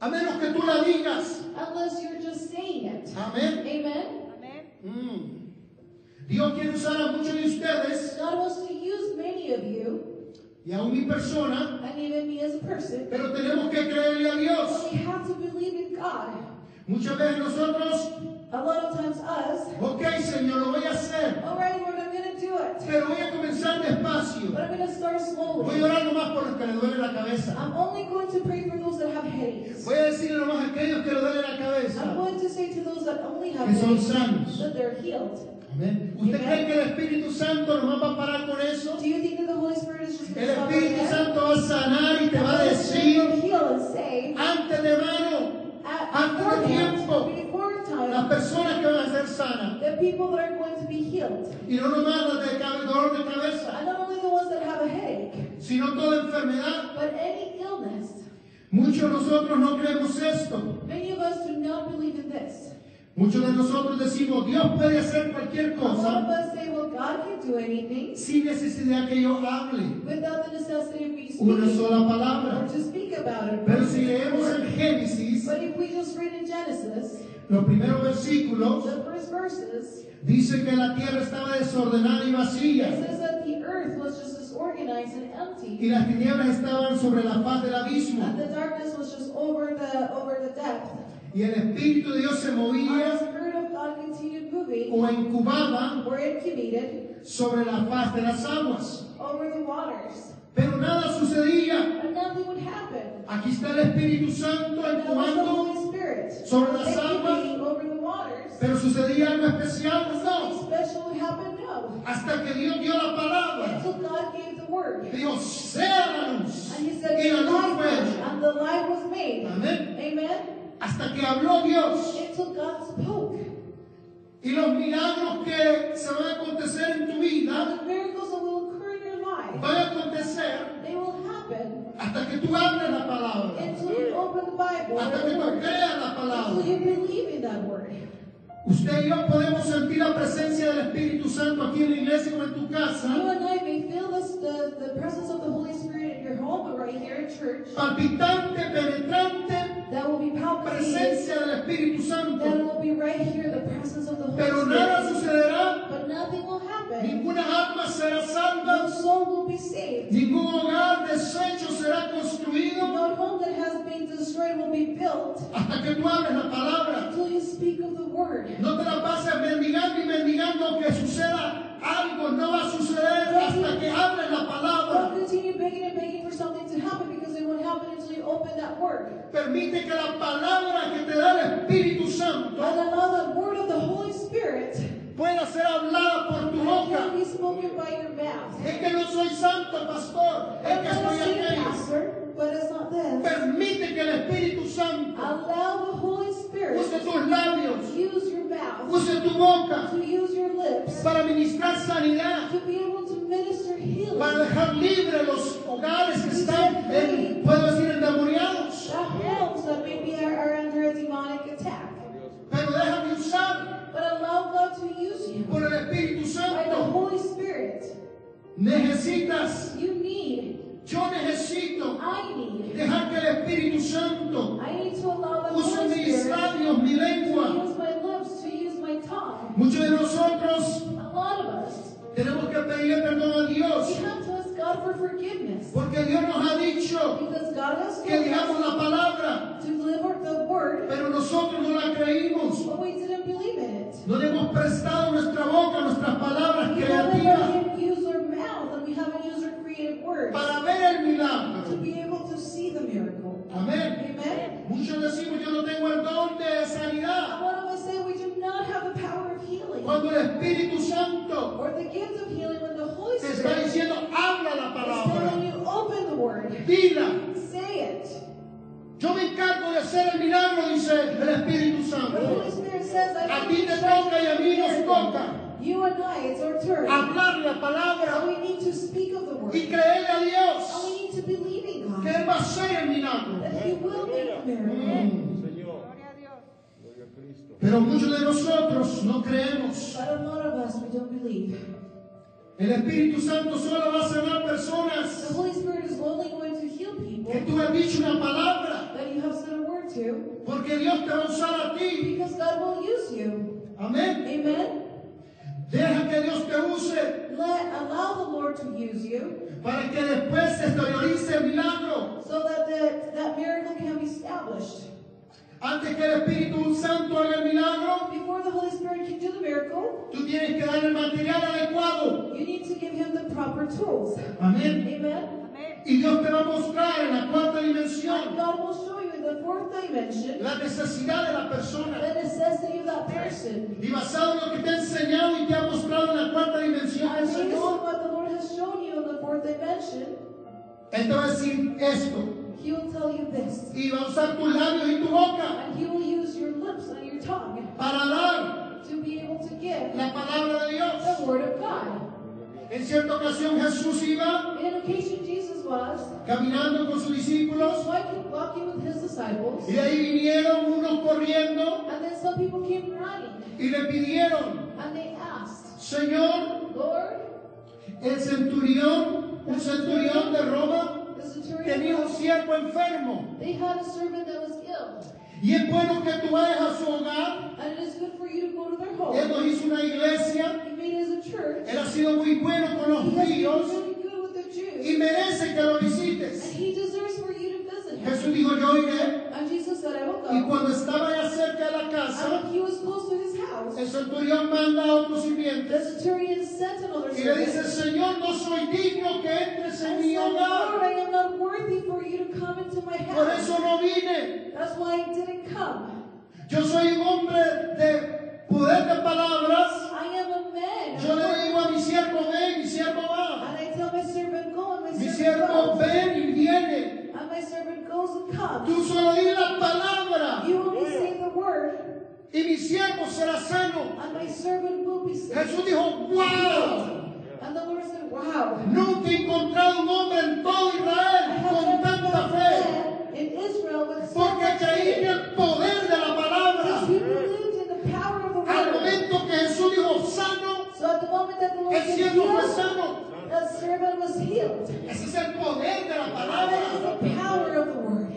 B: a menos que tú la digas.
C: unless you're just saying it.
B: Amén.
C: Amen?
D: Amén.
B: Mm. Dios quiere usar a muchos de ustedes
C: God wants to use many of you,
B: y aún mi persona,
C: and even me as a person,
B: pero tenemos que creerle a Dios.
C: but we have to believe in God.
B: Muchas veces nosotros,
C: A lot of times, us,
B: ok Señor, lo voy a hacer,
C: all right, Lord, I'm going to do it.
B: pero voy a comenzar
C: But
B: despacio.
C: I'm going to start
B: Voy
C: slowly.
B: a orar nomás por los que le duele la cabeza.
C: I'm only going to pray for those that have headaches.
B: Voy a decirle nomás a aquellos que le duele la
C: I'm
B: cabeza,
C: going to say to those that only have
B: que son
C: headaches
B: sanos.
C: that they're healed.
B: Amén. ¿Usted cree que el Espíritu Santo nomás va a parar con eso?
C: Do you think that the Holy Spirit is just going
B: El
C: to stop right
B: Espíritu
C: there?
B: Santo va a sanar y te va a
C: He'll
B: decir
C: heal and say,
B: antes de mano
C: at
B: Antes de tiempo.
C: beforehand, before
B: las
C: time,
B: personas que van a ser sanas.
C: the people that are going to be healed,
B: Y no nomás las de cab- dolor de cabeza,
C: and not only the ones that have a headache,
B: sino toda enfermedad.
C: but any illness.
B: Muchos de nosotros no creemos esto.
C: Many of us do not believe in this.
B: Muchos de nosotros decimos, Dios puede hacer cualquier
C: A lot of
B: cosa
C: us say, well, God can do anything
B: sin necesidad que yo hable
C: without the necessity of me
B: una
C: speaking
B: sola
C: or
B: palabra.
C: to speak about it.
B: Pero si leemos en Génesis,
C: But if we just read in Genesis,
B: los primeros versículos,
C: the first verses,
B: dice que la tierra estaba desordenada y
C: it
B: vacía,
C: says that the earth was just disorganized and
B: y
C: empty,
B: las tinieblas estaban sobre la faz del abismo.
C: and the darkness was just over the over the depth.
B: y el Espíritu de Dios se
C: And the
B: movía
C: Spirit of God continued moving,
B: o incubaba
C: were incubated
B: sobre la faz de las aguas.
C: over the waters.
B: Pero nada sucedía.
C: And nothing would happen.
B: Aquí está el Espíritu Santo
C: And that was the
B: incubando,
C: Holy Spirit.
B: Sobre las
C: incubating over the waters.
B: pero sucedía algo especial. No.
C: Something special would happen? No.
B: Hasta que Dios dio la palabra.
C: Until God gave the word.
B: Dijo, sea la luz.
C: And he said,
B: Y la luz
C: "Light was-
B: fue.
C: and the light was made.
B: Amén.
C: Amen.
B: Hasta que habló Dios.
C: Until God spoke.
B: Y los milagros que se van a acontecer en tu vida
C: The miracles that will occur in your life,
B: van a acontecer
C: they will happen
B: hasta que tú hables la palabra.
C: until you open the Bible, and
B: Hasta que
C: the
B: tú
C: word,
B: creas la
C: until
B: palabra.
C: you believe in that word.
B: Usted y yo podemos sentir la presencia del Espíritu Santo aquí en la iglesia como en tu
C: You
B: casa,
C: and I may feel this, the, the presence of the Holy Spirit in your home or right here at church.
B: palpitante, penetrante,
C: That will be palpitating.
B: presencia del Espíritu
C: That
B: Santo.
C: will be right here, the presence of the Holy
B: Pero nada
C: Spirit.
B: sucederá,
C: But nothing will happen.
B: ninguna alma será
C: No
B: salva,
C: soul will be saved.
B: ningún hogar deshecho será construido
C: No home that has been destroyed will be built
B: hasta que tú hables la palabra.
C: until you speak of the word.
B: No te la pases mendigando y mendigando que suceda algo, no va a suceder hasta que hables la
C: Don't
B: palabra.
C: continue begging and begging for something to happen because it won't happen until you open that word.
B: Permite que la palabra que te da el Espíritu Santo
C: And allow the word of the Holy Spirit
B: pueda ser hablada por tu boca.
C: can be spoken by your mouth.
B: Es que no soy santo, pastor. Es que
C: I'm not
B: soy
C: saying
B: aquello.
C: pastor, but it's not this.
B: Permite que el Espíritu Santo
C: Allow the Holy Spirit
B: use tus labios,
C: to use your mouth,
B: use tu boca
C: to use your lips,
B: para ministrar sanidad,
C: to be able to minister
B: para
C: healing.
B: dejar libre los hogares que están, en- puedo decir, endemoniados.
C: That homes that maybe are, are under a demonic attack.
B: Pero déjame usar
C: But allow God to use you
B: por el Espíritu
C: by the
B: Santo.
C: Holy Spirit.
B: Necesitas,
C: You need,
B: yo necesito
C: I need,
B: dejar que el Espíritu Santo
C: I need to allow the
B: use
C: Holy
B: mis
C: Spirit
B: labios, mi
C: to
B: lengua.
C: use my lips, to use my tongue.
B: Muchos de nosotros
C: A lot of us,
B: tenemos que pedirle perdón a
C: we
B: Dios,
C: have to ask God for forgiveness
B: porque Dios nos ha dicho
C: because God has
B: que
C: told
B: digamos
C: us
B: la palabra,
C: to deliver the word,
B: pero nosotros no la creímos.
C: but we didn't believe in it.
B: No le hemos prestado nuestra boca, nuestras palabras
C: We haven't let
B: creativas
C: him use our mouth and we haven't used our creative words
B: para ver el
C: to
B: milagro.
C: be able to see the miracle.
B: Amén.
C: Amen?
B: Muchos decimos, yo no tengo el don de sanidad.
C: And What do I say? We do not have the power of healing
B: Cuando el Espíritu Santo
C: or the gift of healing when the Holy
B: te está
C: Spirit is
B: diciendo, habla la
C: telling
B: palabra,
C: you, open the word,
B: dila.
C: say it.
B: Yo me encargo de hacer el milagro, dice el Espíritu
C: The Holy
B: Santo.
C: Spirit says, I
B: A
C: am
B: ti te toca y a mí nos toca
C: You and I, it's our turn.
B: hablar la
C: And
B: palabra
C: we need to speak of the word.
B: y creer a
C: And we
B: Dios
C: need to believe in
B: que
C: God
B: Él va a hacer el milagro.
C: that He will make the miracle.
B: Mm.
D: Gloria a Dios.
B: Pero muchos de nosotros no creemos.
C: But a lot of us, we don't believe.
B: El Espíritu Santo solo va a sanar
C: The
B: personas
C: Holy Spirit is only going to heal
B: que
C: people
B: tú has dicho una palabra,
C: that you have said a word to
B: porque Dios te va a usar a ti.
C: because God will use you.
B: Amén.
C: Amen?
B: Deja que Dios te use.
C: Let allow the Lord to use you
B: para que después se exteriorice el milagro,
C: so that the, that miracle can be established.
B: antes que el Espíritu Santo haga el milagro,
C: Before the Holy Spirit can do the miracle,
B: tú tienes que dar el material adecuado.
C: you need to give Him the proper tools.
B: Amén.
C: Amen?
D: Amén.
B: Y Dios te va a mostrar en la cuarta dimensión
C: God will show you in the fourth dimension
B: la necesidad de la persona.
C: the necessity of that person.
B: Y basado en lo que te ha enseñado y te ha mostrado en la cuarta dimensión el
C: And based on
B: Señor,
C: what the Lord has shown you in the fourth dimension,
B: Él te va a decir esto.
C: He will tell you this.
B: Y va a usar tus labios y tu boca
C: And He will use your lips and your tongue
B: para dar
C: to be able to give
B: la palabra de Dios.
C: the word of God.
B: En cierta ocasión Jesús iba
C: In an occasion, Jesus was
B: caminando con sus discípulos
C: walking, walking with his disciples,
B: Y de ahí vinieron unos corriendo
C: and then some people came running
B: y le pidieron,
C: and they asked,
B: Señor,
C: Lord,
B: el centurión, un centurión de Roma,
C: the
B: tenía un
C: centurion,
B: siervo enfermo.
C: they had a servant that was ill,
B: Y es bueno que tú vayas a su hogar.
C: and it is good for you to go to their
B: Él
C: home.
B: nos hizo una iglesia.
C: He made us a church.
B: Él ha sido muy bueno con
C: He
B: los
C: has been
B: judíos
C: really good with the
B: y
C: Jews,
B: merece que lo
C: and
B: visites.
C: he deserves for you to visit him.
B: Jesús dijo, yo iré.
C: And Jesus said, I will
B: Y
C: go.
B: cuando estaba ya cerca de la
C: And
B: casa,
C: when he was close to his house,
B: el centurión manda a otros
C: The
B: sirvientes
C: centurion sent another
B: y le
C: servant.
B: dice, Señor, no soy digno que entres en
C: and
B: mi
C: said, Lord,
B: hogar.
C: I am not worthy for you to come into my
B: Por
C: house.
B: eso no vine.
C: That's why I didn't come.
B: Yo soy un hombre de poder de palabras.
C: I am a man.
B: Yo le digo a mi siervo, ve, y mi siervo va.
C: And I tell my servant, go, and
B: siervo ven y viene.
C: And my servant goes and comes.
B: Tú solo di la palabra
C: You only say the word,
B: y mi siervo será sano.
C: and my servant will be saved.
B: Jesús dijo, wow,
C: And the Lord said, Wow.
B: nunca he encontrado un hombre en todo
C: I
B: Israel
C: have
B: con
C: never
B: tanta
C: found a
B: fe.
C: man in Israel with so
B: Porque
C: much
B: creí en
C: faith.
B: el poder de la
C: Because
B: palabra.
C: he believed in the power of the
B: Al
C: word.
B: momento que Jesús dijo, sano,
C: So at the moment that the Lord
B: el
C: said,
B: siervo fue
C: "Heal,"
B: sano.
C: the servant was healed.
B: Ese es el poder de la
C: That is
B: palabra.
C: the power of the word.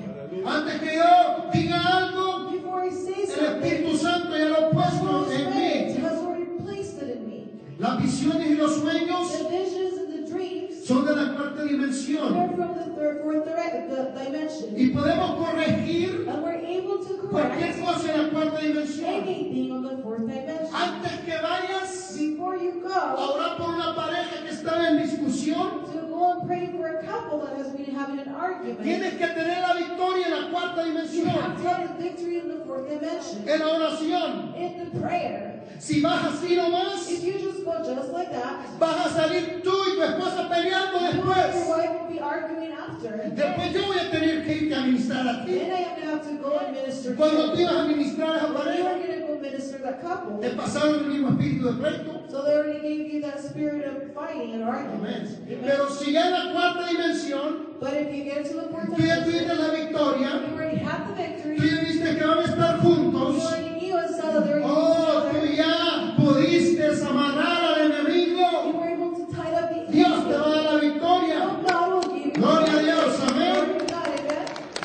B: Antes que yo diga algo,
C: Before he says
B: el
C: something,
B: Espíritu Santo ya lo ha
C: the Holy
B: puesto en
C: Spirit
B: mí.
C: has already placed it in me.
B: Las visiones y los
C: The
B: sueños
C: visions and the dreams
B: son de la cuarta
C: are
B: dimensión.
C: from the third, fourth dire- the dimension.
B: Y podemos corregir
C: And we're able to
B: cualquier
C: correct
B: cosa en la cuarta dimensión.
C: anything on the fourth dimension.
B: Antes que vayas
C: Before
B: a
C: you go,
B: orar por una pareja que está en discusión,
C: to go and pray for a couple that has been having an argument.
B: tienes que tener la victoria en la cuarta
C: You have
B: dimensión.
C: to have a victory in the fourth dimension.
B: En la oración.
C: In the prayer.
B: Si vas así nomás,
C: If you just go just like that,
B: vas a salir tú y tu esposa peleando
C: you and your
B: después.
C: wife will be arguing after.
B: Después yo voy a tener que irte a ministrar a ti.
C: Then I am going to have to go and minister to
B: Cuando tú
C: you.
B: ibas a ministrar a esa
C: When you are
B: pareja,
C: going to go minister that couple,
B: te pasaron el mismo espíritu de pleito.
C: so they already gave you that spirit of fighting and argument.
B: Amén. Pero si ya en la cuarta dimensión,
C: But if you get to the fourth
B: tú ya tuviste
C: dimension,
B: la victoria,
C: you already have the
B: tú
C: victory.
B: ya viste que van a estar
C: You
B: juntos.
C: already knew and saw that they were
B: Oh,
C: going to
B: tú
C: be together.
B: ya pudiste amarrar al
C: You
B: enemigo.
C: were able to tie up the
B: Dios te va a
C: enemy.
B: dar la victoria.
C: Oh, God will give you
B: Gloria a Dios, amén.
C: Glory to God,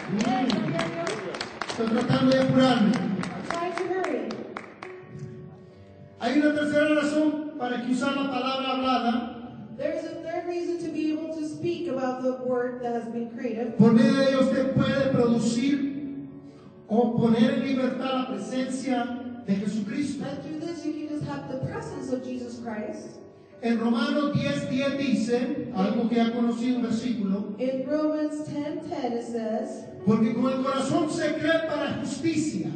C: amen.
B: Estoy tratando de curarme.
C: I'm trying to hurry.
B: Hay una tercera razón para que usar la palabra hablada
C: There's a third reason to be able to speak about the word that has been creative.
B: por medio de ella usted puede producir o poner en libertad la presencia de Jesucristo.
C: And through this, you can just have the presence of Jesus Christ.
B: En Romanos 10:10 dice, algo que ha conocido un versículo,
C: In Romans 10:10, it says,
B: porque con el corazón se cree para justicia.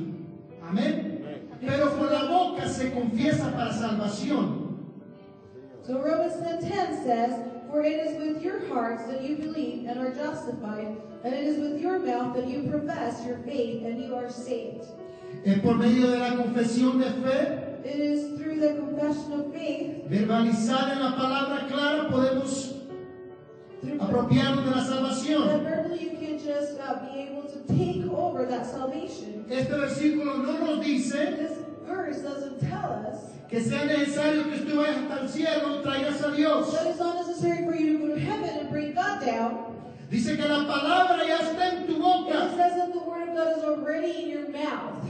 B: Amén. Pero con la boca se confiesa para salvación.
C: so Romans 10:10 says, For it is with your hearts that you believe and are justified, and it is with your mouth that you profess your faith and you are saved.
B: Es por medio de la confesión de fe,
C: It is through the confession of faith,
B: verbalizar en la palabra clara, podemos
C: through
B: apropiarnos de la salvación.
C: that verbally you can just uh, be able to take over that salvation.
B: Este versículo no nos dice
C: This verse doesn't tell us
B: que sea necesario que tú vayas hasta el cielo y traigas a Dios.
C: that it's not necessary for you to go to heaven and bring God down.
B: Dice que la palabra ya está en tu
C: It just
B: boca,
C: says that the word of God is already in your mouth.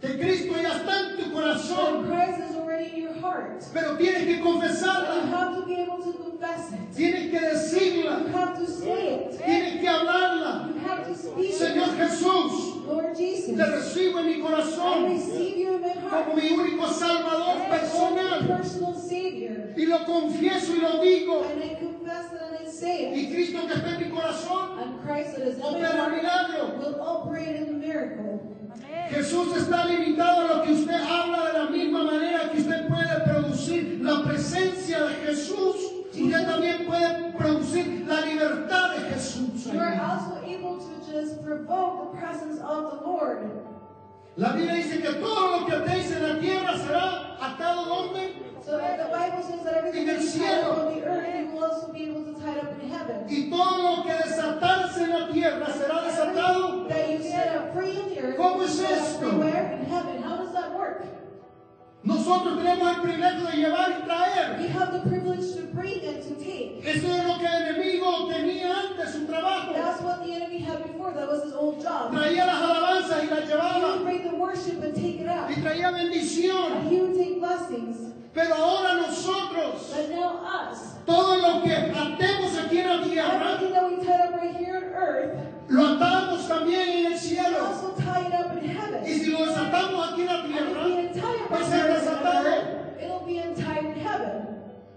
B: que Cristo ya está en tu
C: That
B: corazón,
C: Christ is already in your heart.
B: pero tienes que
C: But you
B: confesarla,
C: have to be able to confess it.
B: tienes que
C: You
B: decirla,
C: have to say it.
B: tienes que hablarla.
C: You have to speak
B: Señor
C: it.
B: Jesús,
C: Lord Jesus,
B: te recibo en mi
C: I
B: corazón
C: receive you in my
B: como
C: heart.
B: mi único Salvador
C: As my
B: personal
C: personal Savior.
B: y lo confieso y lo digo.
C: And I confess it and I say it.
B: Y Cristo que está en mi corazón
C: And Christ that is in my
B: opera
C: heart
B: milagro.
C: will operate in the miracle.
B: Jesús está limitado a lo que usted habla de la misma manera que usted puede producir la presencia de Jesús. Usted también puede producir la libertad de Jesús.
C: You are also able to just provoke the presence of the Lord.
B: La Biblia dice que todo lo que atéis en la tierra será atado donde
C: So that the Bible says that everything that you tie up on the earth, you will also be able to tie it up in heaven.
B: y todo lo que desatarse en la tierra será desatado.
C: that you set up free in the earth.
B: ¿Cómo es
C: set up
B: esto?
C: Everywhere in heaven. How does that work?
B: Nosotros tenemos el privilegio de llevar y traer.
C: We have the privilege to bring and to take.
B: Eso es lo que el enemigo tenía antes su trabajo.
C: That's what the enemy had before. That was his old job.
B: Traía las alabanzas y las
C: He would
B: llevaba
C: bring the worship and take it up.
B: y traía bendición.
C: And he would take blessings.
B: Pero ahora nosotros,
C: But now us,
B: todo lo que atemos aquí en la tierra,
C: everything that we tied up right here on earth,
B: lo atamos también en el
C: we
B: cielo.
C: also tie it up in heaven.
B: Y si lo desatamos aquí en la
C: And if we
B: tierra,
C: untie it
B: va a
C: right
B: ser
C: here on
B: desatado.
C: earth, it'll be untied in heaven.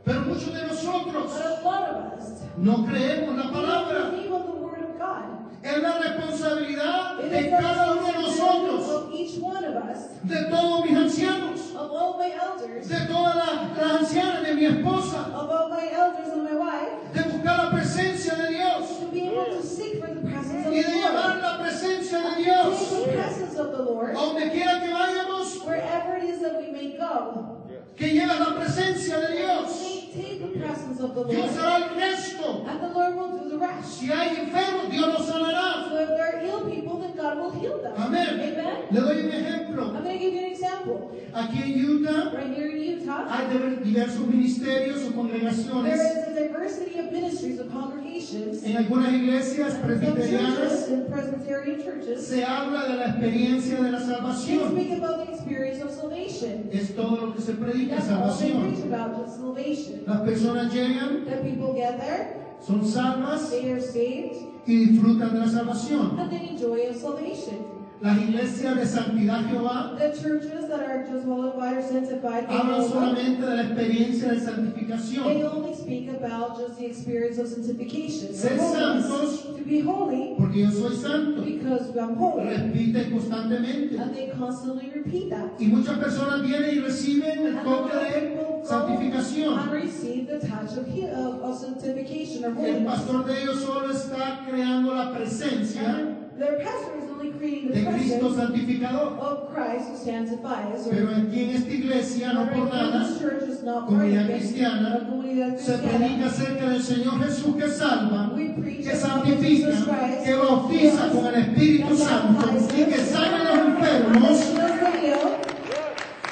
B: Pero muchos de
C: But
B: nosotros
C: a lot of us,
B: no creemos la
C: we don't
B: palabra.
C: believe on the word of God.
B: Es la responsabilidad
C: It
B: de
C: is the
B: cada uno de
C: responsibility
B: nosotros,
C: of each one of us,
B: de todos mis ancianos,
C: of all my elders,
B: de todas las, las ancianas, de mi esposa,
C: of all my elders and my wife,
B: de buscar la presencia de
C: Lord.
B: A donde quiera que vayamos,
C: Wherever it is that we may go,
B: que lleves la presencia de Dios.
C: maintain the presence of the
B: Dios
C: Lord.
B: hará el resto.
C: And the Lord will do the rest.
B: Si hay enfermos, Dios los sanará.
C: So if there are ill people, then God will heal them.
B: Amén.
C: Amen.
B: Le doy un ejemplo.
C: I'm going to give you an example.
B: Aquí en Utah
C: Right here in Utah,
B: hay diver- diversos ministerios o
C: there
B: congregaciones.
C: is a diversity of ministries of congregations.
B: En algunas iglesias
C: Some churches
B: presbiterianas
C: and Presbyterian churches
B: se habla de la experiencia de la
C: can
B: salvación.
C: speak about the experience of salvation.
B: Es todo lo que se predica,
C: That's all they preach
B: salvación.
C: about is salvation.
B: Las personas llegan,
C: That people get there,
B: son salvas
C: they are saved,
B: y disfrutan de la salvación.
C: and they enjoy of salvation.
B: Las iglesias de Santidad Jehová
C: The churches that are just qualified or sanctified, they
B: hablan
C: know-
B: solamente de la experiencia de
C: They
B: santificación,
C: only speak about just the experience of sanctification.
B: Ser
C: Holiness.
B: santos.
C: To be holy
B: porque yo soy santo.
C: because I'm holy.
B: Repite constantemente.
C: And they constantly repeat that.
B: Y muchas personas vienen y reciben
C: And
B: el
C: a
B: toque
C: lot of people
B: de
C: go And
B: santificación.
C: receive the touch of, he- of, of sanctification or
B: El
C: holiness.
B: pastor de ellos solo está creando la presencia
C: And Their pastor is only creating the
B: de Cristo
C: presence
B: santificador.
C: of Christ who sanctifies.
B: Pero
C: Or
B: aquí en esta iglesia, no por
C: this
B: nada,
C: church is not part of
B: comunidad
C: it.
B: cristiana,
C: A comunidad
B: se
C: cristiana.
B: predica acerca del Señor Jesús que salva,
C: We preach
B: que
C: about Jesus
B: santifica,
C: Christ.
B: que bautiza con el Espíritu Santo y que sana a los enfermos.
C: Heal.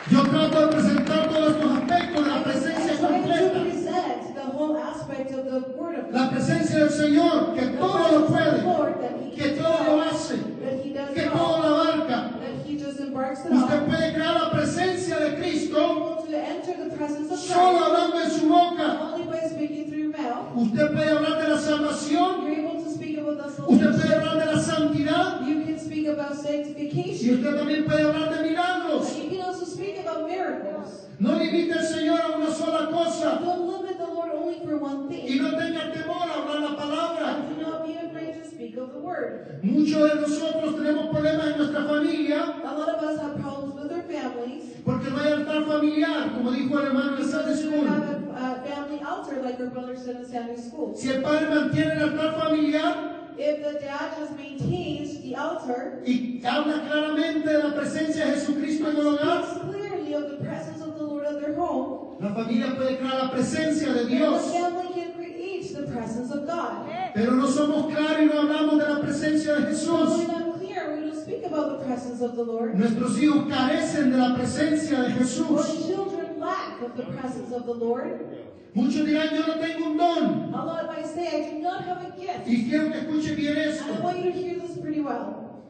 B: Yo trato de presentar todos estos aspectos de la presencia
C: trying to
B: completa.
C: present the whole aspect of the Word of
B: La presencia del Señor, que
C: The
B: todo lo
C: presence of the
B: puede,
C: Lord that He
B: que
C: does
B: todo lo
C: all,
B: hace,
C: that He does
B: que todo
C: all,
B: lo abarca.
C: that He just embarks it all.
B: Usted puede crear la presencia de Cristo
C: To enter the presence of
B: solo
C: Christ,
B: hablando en su boca.
C: only by speaking through your mouth,
B: Usted puede hablar de la salvación,
C: you're able to speak about the
B: usted puede
C: salvation.
B: hablar de la santidad
C: You can speak about
B: y
C: sanctification.
B: usted también puede hablar de milagros.
C: And you can also speak about miracles.
B: No limite al Señor a una sola cosa
C: Don't limit the Lord only for one
B: y
C: thing.
B: no tenga temor a hablar la palabra.
C: And do not be afraid to speak of the Word.
B: Muchos de nosotros tenemos problemas en nuestra familia
C: A lot of us have problems with our families.
B: Porque no hay altar familiar, como dijo el hermano en Sunday
C: Because you
B: School.
C: have a uh, family altar like our brother said in Sunday school.
B: Si el padre mantiene el altar familiar
C: If the dad just maintains the altar,
B: y habla claramente de la presencia de Jesucristo en el hogar,
C: speaks clearly of the presence of the Lord at their home,
B: la familia puede crear la presencia de
C: then the
B: Dios.
C: family can create the presence of God.
B: Pero no somos claros y no hablamos de la presencia de
C: But
B: Jesús.
C: When I'm clear, we don't speak about the presence of the Lord.
B: Nuestros hijos carecen de la presencia de
C: Our
B: Jesús.
C: children lack of the presence of the Lord.
B: Muchos dirán, yo no tengo un don.
C: A lot of us say, I do not have a gift.
B: Y quiero que escuchen bien
C: And I
B: esto.
C: want you to hear this pretty well.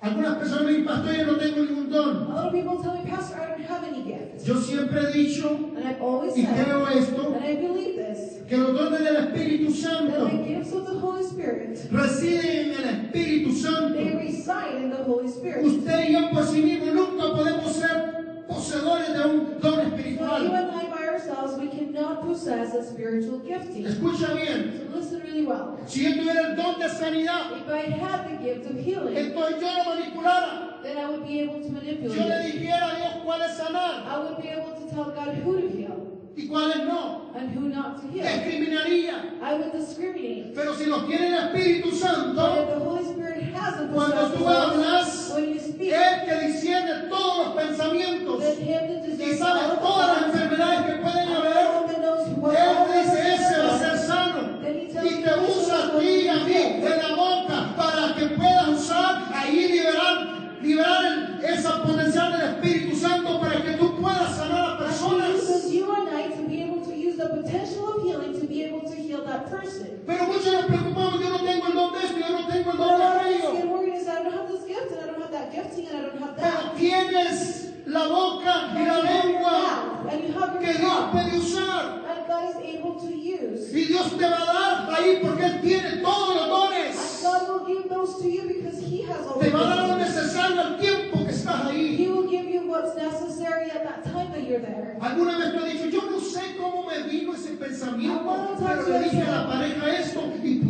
B: Algunas personas me dicen, pastor, yo no tengo ningún
C: A
B: don.
C: lot of people tell me, Pastor, I don't have any gift.
B: Yo siempre he dicho,
C: And I've always
B: y
C: said,
B: creo esto,
C: and I believe this.
B: que los dones del Espíritu
C: that
B: Santo
C: the gifts of the Holy Spirit,
B: residen en el Espíritu Santo.
C: they reside in the Holy Spirit.
B: Usted y yo por sí mismos nunca podemos ser poseedores de un don
C: So you
B: espiritual.
C: and I by ourselves, we cannot possess a spiritual gifting.
B: Escucha bien,
C: So listen really well.
B: si yo tuviera el don de sanidad,
C: If I had the gift of healing,
B: entonces yo lo manipulara,
C: then I would be able to
B: yo le
C: manipulate it.
B: dijera a Dios cuál es sanar
C: I would be able to tell God who to heal
B: y cuál es no.
C: and who not to heal.
B: Discriminaría.
C: I would discriminate.
B: Pero si lo tiene el Espíritu
C: But if
B: Santo,
C: the Holy Spirit has a
B: Cuando
C: possession
B: tú
C: of it,
B: hablas, eh,
C: when you speak,
B: es que discierne todos los pensamientos
C: then him that
B: y
C: deserves all
B: sabe
C: the
B: todas las
C: glory,
B: enfermedades que pueden
C: and
B: haber.
C: all that knows what all
B: Él
C: the
B: dice, ese va a
C: deserves,
B: ser sano. Y te usa a ti y a mí de la boca para que puedas usar ahí liberar, liberar el- esa potencial del Espíritu Santo para que tú puedas sanar a personas.
C: uses you and I to be able to use the potential of healing to be able to heal that person.
B: Pero muchos nos preocupamos, yo no tengo el don de esto, yo no tengo el
C: But a
B: don de
C: lot of us
B: aquello.
C: get worried and say, I don't have this gift, and I don't have that gifting, and I don't have
B: Pero
C: that.
B: tienes la boca
C: And
B: y
C: you
B: la
C: have your
B: lengua
C: mouth, and you have
B: que
C: your
B: Dios
C: tongue,
B: puede usar.
C: and God is able to use.
B: Y Dios te va a dar ahí porque Él tiene todos los dones.
C: And God will give those to you because He has all
B: Te
C: the
B: va a dar lo
C: gifts.
B: necesario al tiempo que estás ahí.
C: He will give you what's necessary at that time that you're there.
B: Alguna vez me ha dicho, yo no sé cómo me vino ese pensamiento, pero le dije a la pareja esto y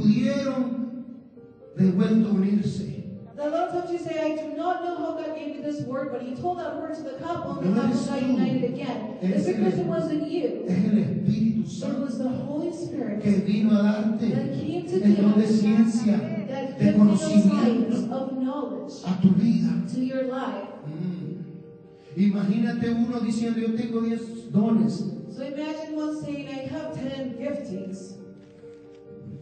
B: pudieron de vuelta unirse.
C: A lot of times you say, I do not know how God gave me this word, but He told that word to the couple, and the
B: No
C: couple
B: eres
C: got
B: tú.
C: united again. It's
B: Eres
C: because
B: tú.
C: it wasn't you.
B: Es el Espíritu
C: It
B: Santo
C: was the Holy Spirit
B: que vino a darte el don de ciencia,
C: that that
B: de
C: gives you those
B: conocimiento.
C: lights of knowledge
B: a tu vida.
C: to your life.
B: Mm. Imagínate uno diciendo, yo tengo 10 dones,
C: So imagine one saying, I have ten giftings.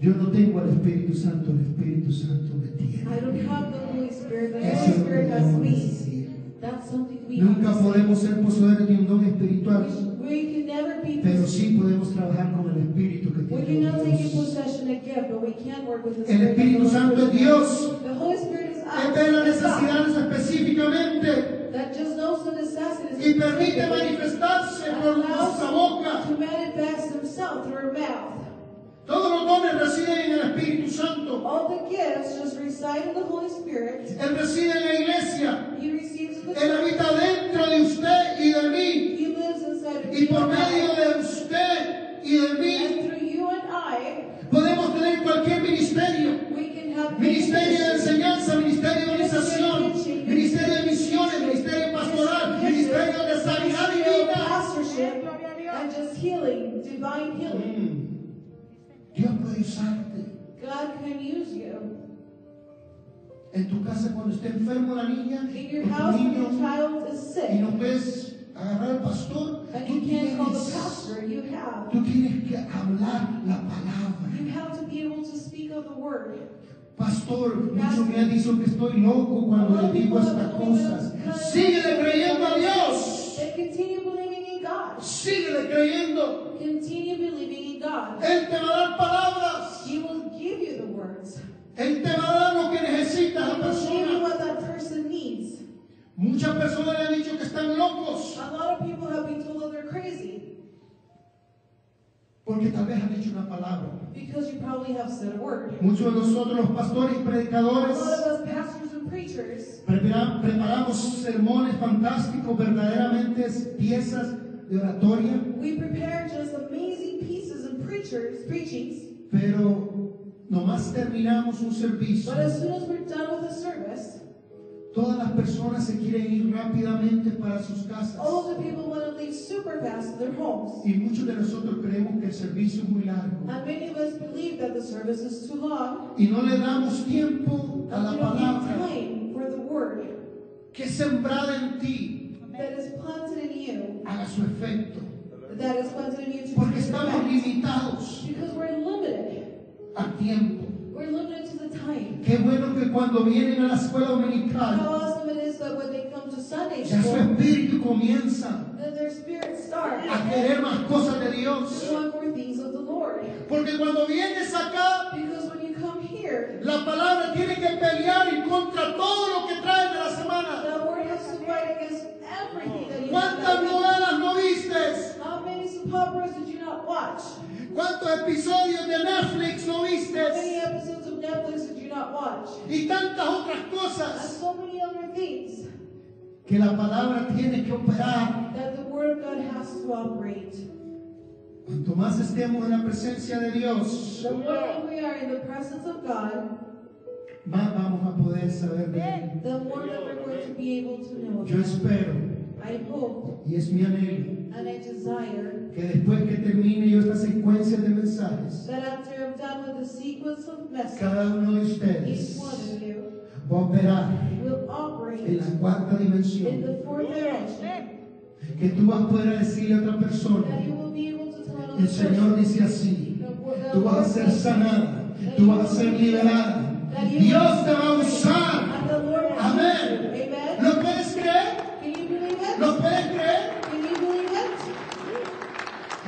B: yo no tengo al Espíritu Santo, el Espíritu Santo me tiene.
C: I don't have the Holy Spirit, but the
B: Eso
C: Holy
B: es lo que
C: Spirit has
B: debemos
C: me.
B: decir.
C: That's something we
B: Nunca
C: have to say.
B: podemos ser poseedores de un don espiritual,
C: We can never be
B: pero sí podemos trabajar con el Espíritu que
C: We
B: tiene
C: cannot take in
B: Dios.
C: possession a gift, but we can work with the
B: El
C: Spirit.
B: Espíritu
C: of the Lord.
B: Santo es Dios.
C: The Holy Spirit is
B: Él
C: us.
B: ve las
C: It's God
B: necesidades específicamente
C: That just knows the necessities.
B: y permite manifestarse por nuestra boca.
C: To manifest himself through our mouth.
B: Todos los dones residen en el Espíritu Santo.
C: All the gifts just reside in the Holy Spirit.
B: Él reside en la iglesia.
C: He receives the
B: Él habita dentro de usted y de mí.
C: He lives inside of
B: Y
C: you.
B: por
C: and I.
B: medio de usted y de mí
C: And through you and I,
B: podemos tener cualquier ministerio.
C: we can have
B: Ministerio de enseñanza, ministerio de organización, ministerio de misiones, ministerio pastoral, ministerio de sanidad divina.
C: Pastorship and just healing, divine healing.
B: Mm. Dios puede usarte.
C: God can use you.
B: En tu casa cuando esté enfermo la niña,
C: In your
B: o
C: house,
B: tu
C: when your
B: niño,
C: child is
B: y
C: sick
B: no puedes agarrar al pastor,
C: and
B: tú
C: you can't call the
B: tienes,
C: pastor, you have.
B: tú tienes que hablar la palabra.
C: You have to be able to speak of the word.
B: Pastor, muchos me han dicho que estoy loco cuando le digo estas cosas. Síguele creyendo a Dios.
C: And continue believing in God.
B: Síguele creyendo.
C: Continue believing in God.
B: Él te va a dar palabras.
C: He will give you the words.
B: Él te va a dar lo que necesita
C: He
B: la
C: will give you
B: persona.
C: what that person needs.
B: Muchas personas le han dicho que están locos
C: A lot of people have been told that they're crazy
B: porque tal vez han dicho una palabra.
C: because you probably have said a word.
B: Muchos de nosotros, los pastores y
C: A lot
B: predicadores,
C: of us pastors and preachers,
B: prepara- preparamos sermones fantásticos, verdaderamente piezas de oratoria.
C: we prepare just amazing pieces and preachers, preachings.
B: Pero nomás terminamos un servicio.
C: But as soon as we're done with the service,
B: Todas las personas se quieren ir rápidamente para sus casas.
C: all of the people want to leave super fast to their homes.
B: Y muchos de nosotros creemos que el servicio es muy largo.
C: And many of us believe that the service is too long.
B: Y no le damos tiempo a
C: and
B: la
C: We don't have
B: palabra
C: time for the word
B: que es sembrada en ti
C: that is planted in you,
B: haga su efecto.
C: that is planted in you to
B: Porque
C: produce
B: estamos
C: effect.
B: limitados
C: Because we're limited.
B: a tiempo.
C: We're limited to the time.
B: Qué bueno que cuando vienen a la escuela
C: How
B: dominical,
C: awesome it is that when they come to Sunday
B: ya su
C: school,
B: espíritu comienza
C: that their spirits start
B: a querer más cosas de
C: to
B: Dios.
C: want more things of the Lord.
B: Porque cuando vienes acá,
C: Because when you come here,
B: la palabra tiene que pelear en contra todo lo que traen de la semana.
C: the word has to fight against everything that you
B: ¿Cuántas novelas no vistes?
C: How many soap operas did you not watch?
B: ¿Cuántos episodios de Netflix no
C: How many
B: vistes?
C: episodes of Netflix did you not watch?
B: Y tantas otras
C: And
B: cosas
C: so many other things
B: que la palabra tiene que operar.
C: that the Word of God has to operate.
B: Cuanto más estemos en la presencia de Dios,
C: The more we are in the presence of God,
B: más vamos a poder saber de Él.
C: the more that we're going to be able to know.
B: Yo
C: Him.
B: espero,
C: I hope
B: y es mi anhelo,
C: and I desire
B: que después que termine yo esta secuencia de mensajes,
C: that after I'm done with the sequence of messages,
B: cada uno de
C: each
B: ustedes
C: one of you
B: va a operar
C: will
B: en
C: operate
B: la cuarta
C: in
B: dimensión.
C: the fourth dimension.
B: Que tú vas a poder decirle a otra
C: That you
B: persona,
C: will be able to tell another
B: el Señor
C: person.
B: dice así,
C: The wo- the
B: Tú vas a
C: Lord
B: ser
C: says-
B: sanada, tú vas a ser liberada. Dios te va a usar.
C: And the Lord will
B: Amén.
C: use you. Amen.
B: ¿Lo puedes creer?
C: Can you believe it?
B: ¿Lo puedes creer?
C: Can you believe it?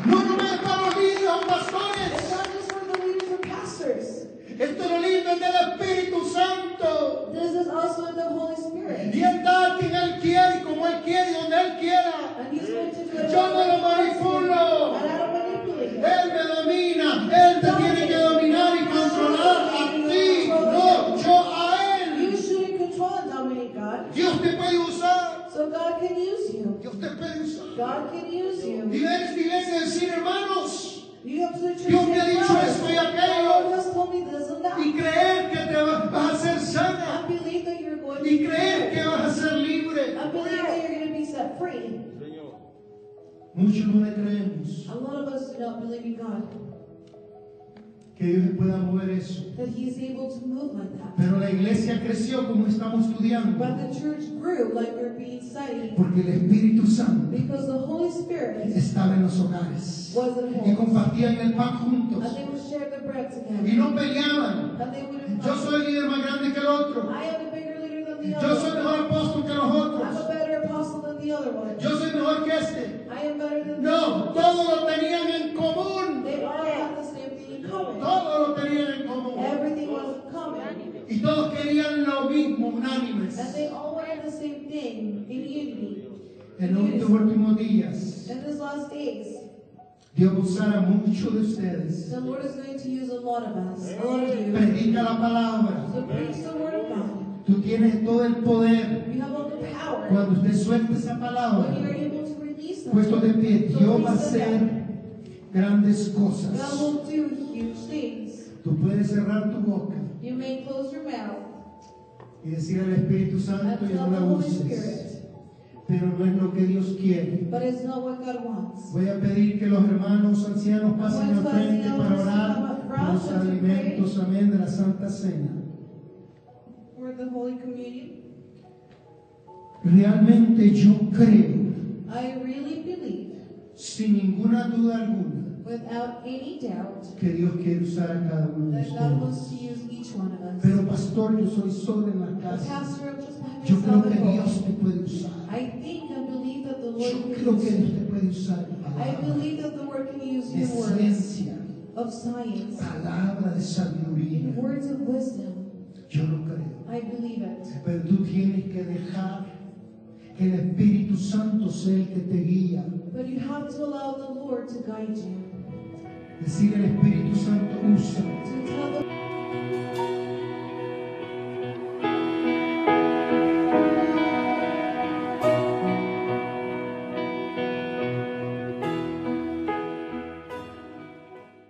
B: No nomás para los líderes o
C: It's
B: pastores.
C: not just for the leaders and pastors.
B: Esto lo lindo es del Espíritu Santo.
C: This is also in the Holy Spirit.
B: Y Él da a quien Él quiere, y como Él quiere, y donde Él quiera.
C: And He's going to do it.
B: Yo no lo manipulo.
C: And I don't manipulate. it.
B: Él me domina, Él te tiene que dominar y controlar a ti. No, yo a
C: You
B: Él.
C: shouldn't control and dominate God.
B: Dios te puede usar.
C: So God can use you.
B: Dios te puede usar.
C: God can use
B: Y
C: you.
B: ven a esta iglesia y decir, hermanos,
C: You have to the church.
B: Dios me ha
C: and
B: dicho
C: say, "No,
B: esto y
C: The
B: aquello.
C: Lord has told me this and
B: y
C: that.
B: creer que te va- vas a ser sana
C: I believe that you're going to
B: y
C: be
B: creer
C: free.
B: que vas a ser libre.
C: I believe that you're going to be set free.
B: Muchos no le creemos
C: A lot of us do not believe in God.
B: que que Dios pueda mover eso.
C: that he is able to move like that.
B: Pero la iglesia creció como estamos estudiando,
C: But the church grew like we're being studied
B: porque el Espíritu Santo
C: because the Holy Spirit
B: estaba en los hogares
C: was at
B: y
C: home.
B: compartían el pan
C: And
B: juntos
C: they would share the bread
B: y
C: together.
B: no peleaban.
C: And they would
B: Yo
C: invite.
B: soy líder más grande que el otro.
C: I am a bigger leader than the
B: Yo soy
C: other.
B: mejor apóstol que los
C: I'm
B: otros.
C: a better apostle than the other one.
B: Yo soy mejor que este.
C: I am better than
B: No,
C: the
B: todo lo tenían en común.
C: They all have the same thing in common.
B: Todo lo tenían en común.
C: Everything was in common.
B: Y todos querían lo mismo,
C: And
B: unánimes.
C: they all wanted the same thing in unity.
B: En los últimos días,
C: In these last days,
B: Dios usará mucho de ustedes.
C: the Lord is going to use a lot of us, a lot of you.
B: Predica la palabra.
C: So preach the word of God.
B: Tú tienes todo el poder.
C: You have all the power.
B: Cuando usted suelta esa
C: When you are
B: palabra,
C: able to release that,
B: puesto de pie, Dios va a
C: So please stand
B: hacer grandes
C: up. God
B: cosas.
C: will do huge things.
B: Tú puedes cerrar tu boca
C: You may close your mouth
B: y decir al Espíritu
C: and
B: Santo, yo
C: tell
B: no
C: the
B: la
C: Holy
B: uses.
C: Spirit,
B: Pero no es lo que Dios quiere.
C: but it's not what God wants.
B: Voy a pedir que los hermanos ancianos pasen al frente para orar por los alimentos, amén, de la Santa Cena.
C: For the Holy Communion,
B: Realmente yo creo,
C: I really believe,
B: sin ninguna duda alguna,
C: without any doubt,
B: que Dios quiere usar a cada uno de
C: that God wants to
B: ustedes.
C: use each one of us.
B: Pero pastor, yo soy solo en la
C: The
B: casa.
C: pastor of just by
B: Yo creo
C: myself
B: que
C: at home.
B: Dios te puede usar.
C: I think and believe that the Lord
B: Yo
C: can
B: creo que
C: use
B: Dios
C: you.
B: te puede usar.
C: I
B: Palabra
C: believe that the Lord can use
B: de
C: your words
B: ciencia,
C: of science,
B: palabra de sabiduría.
C: words of wisdom.
B: Yo lo creo.
C: I believe it.
B: Pero tú tienes que dejar que el Espíritu Santo sea el que te guía.
C: But you have to allow the Lord to guide you.
B: Decir el Espíritu Santo, usa.
C: To tell the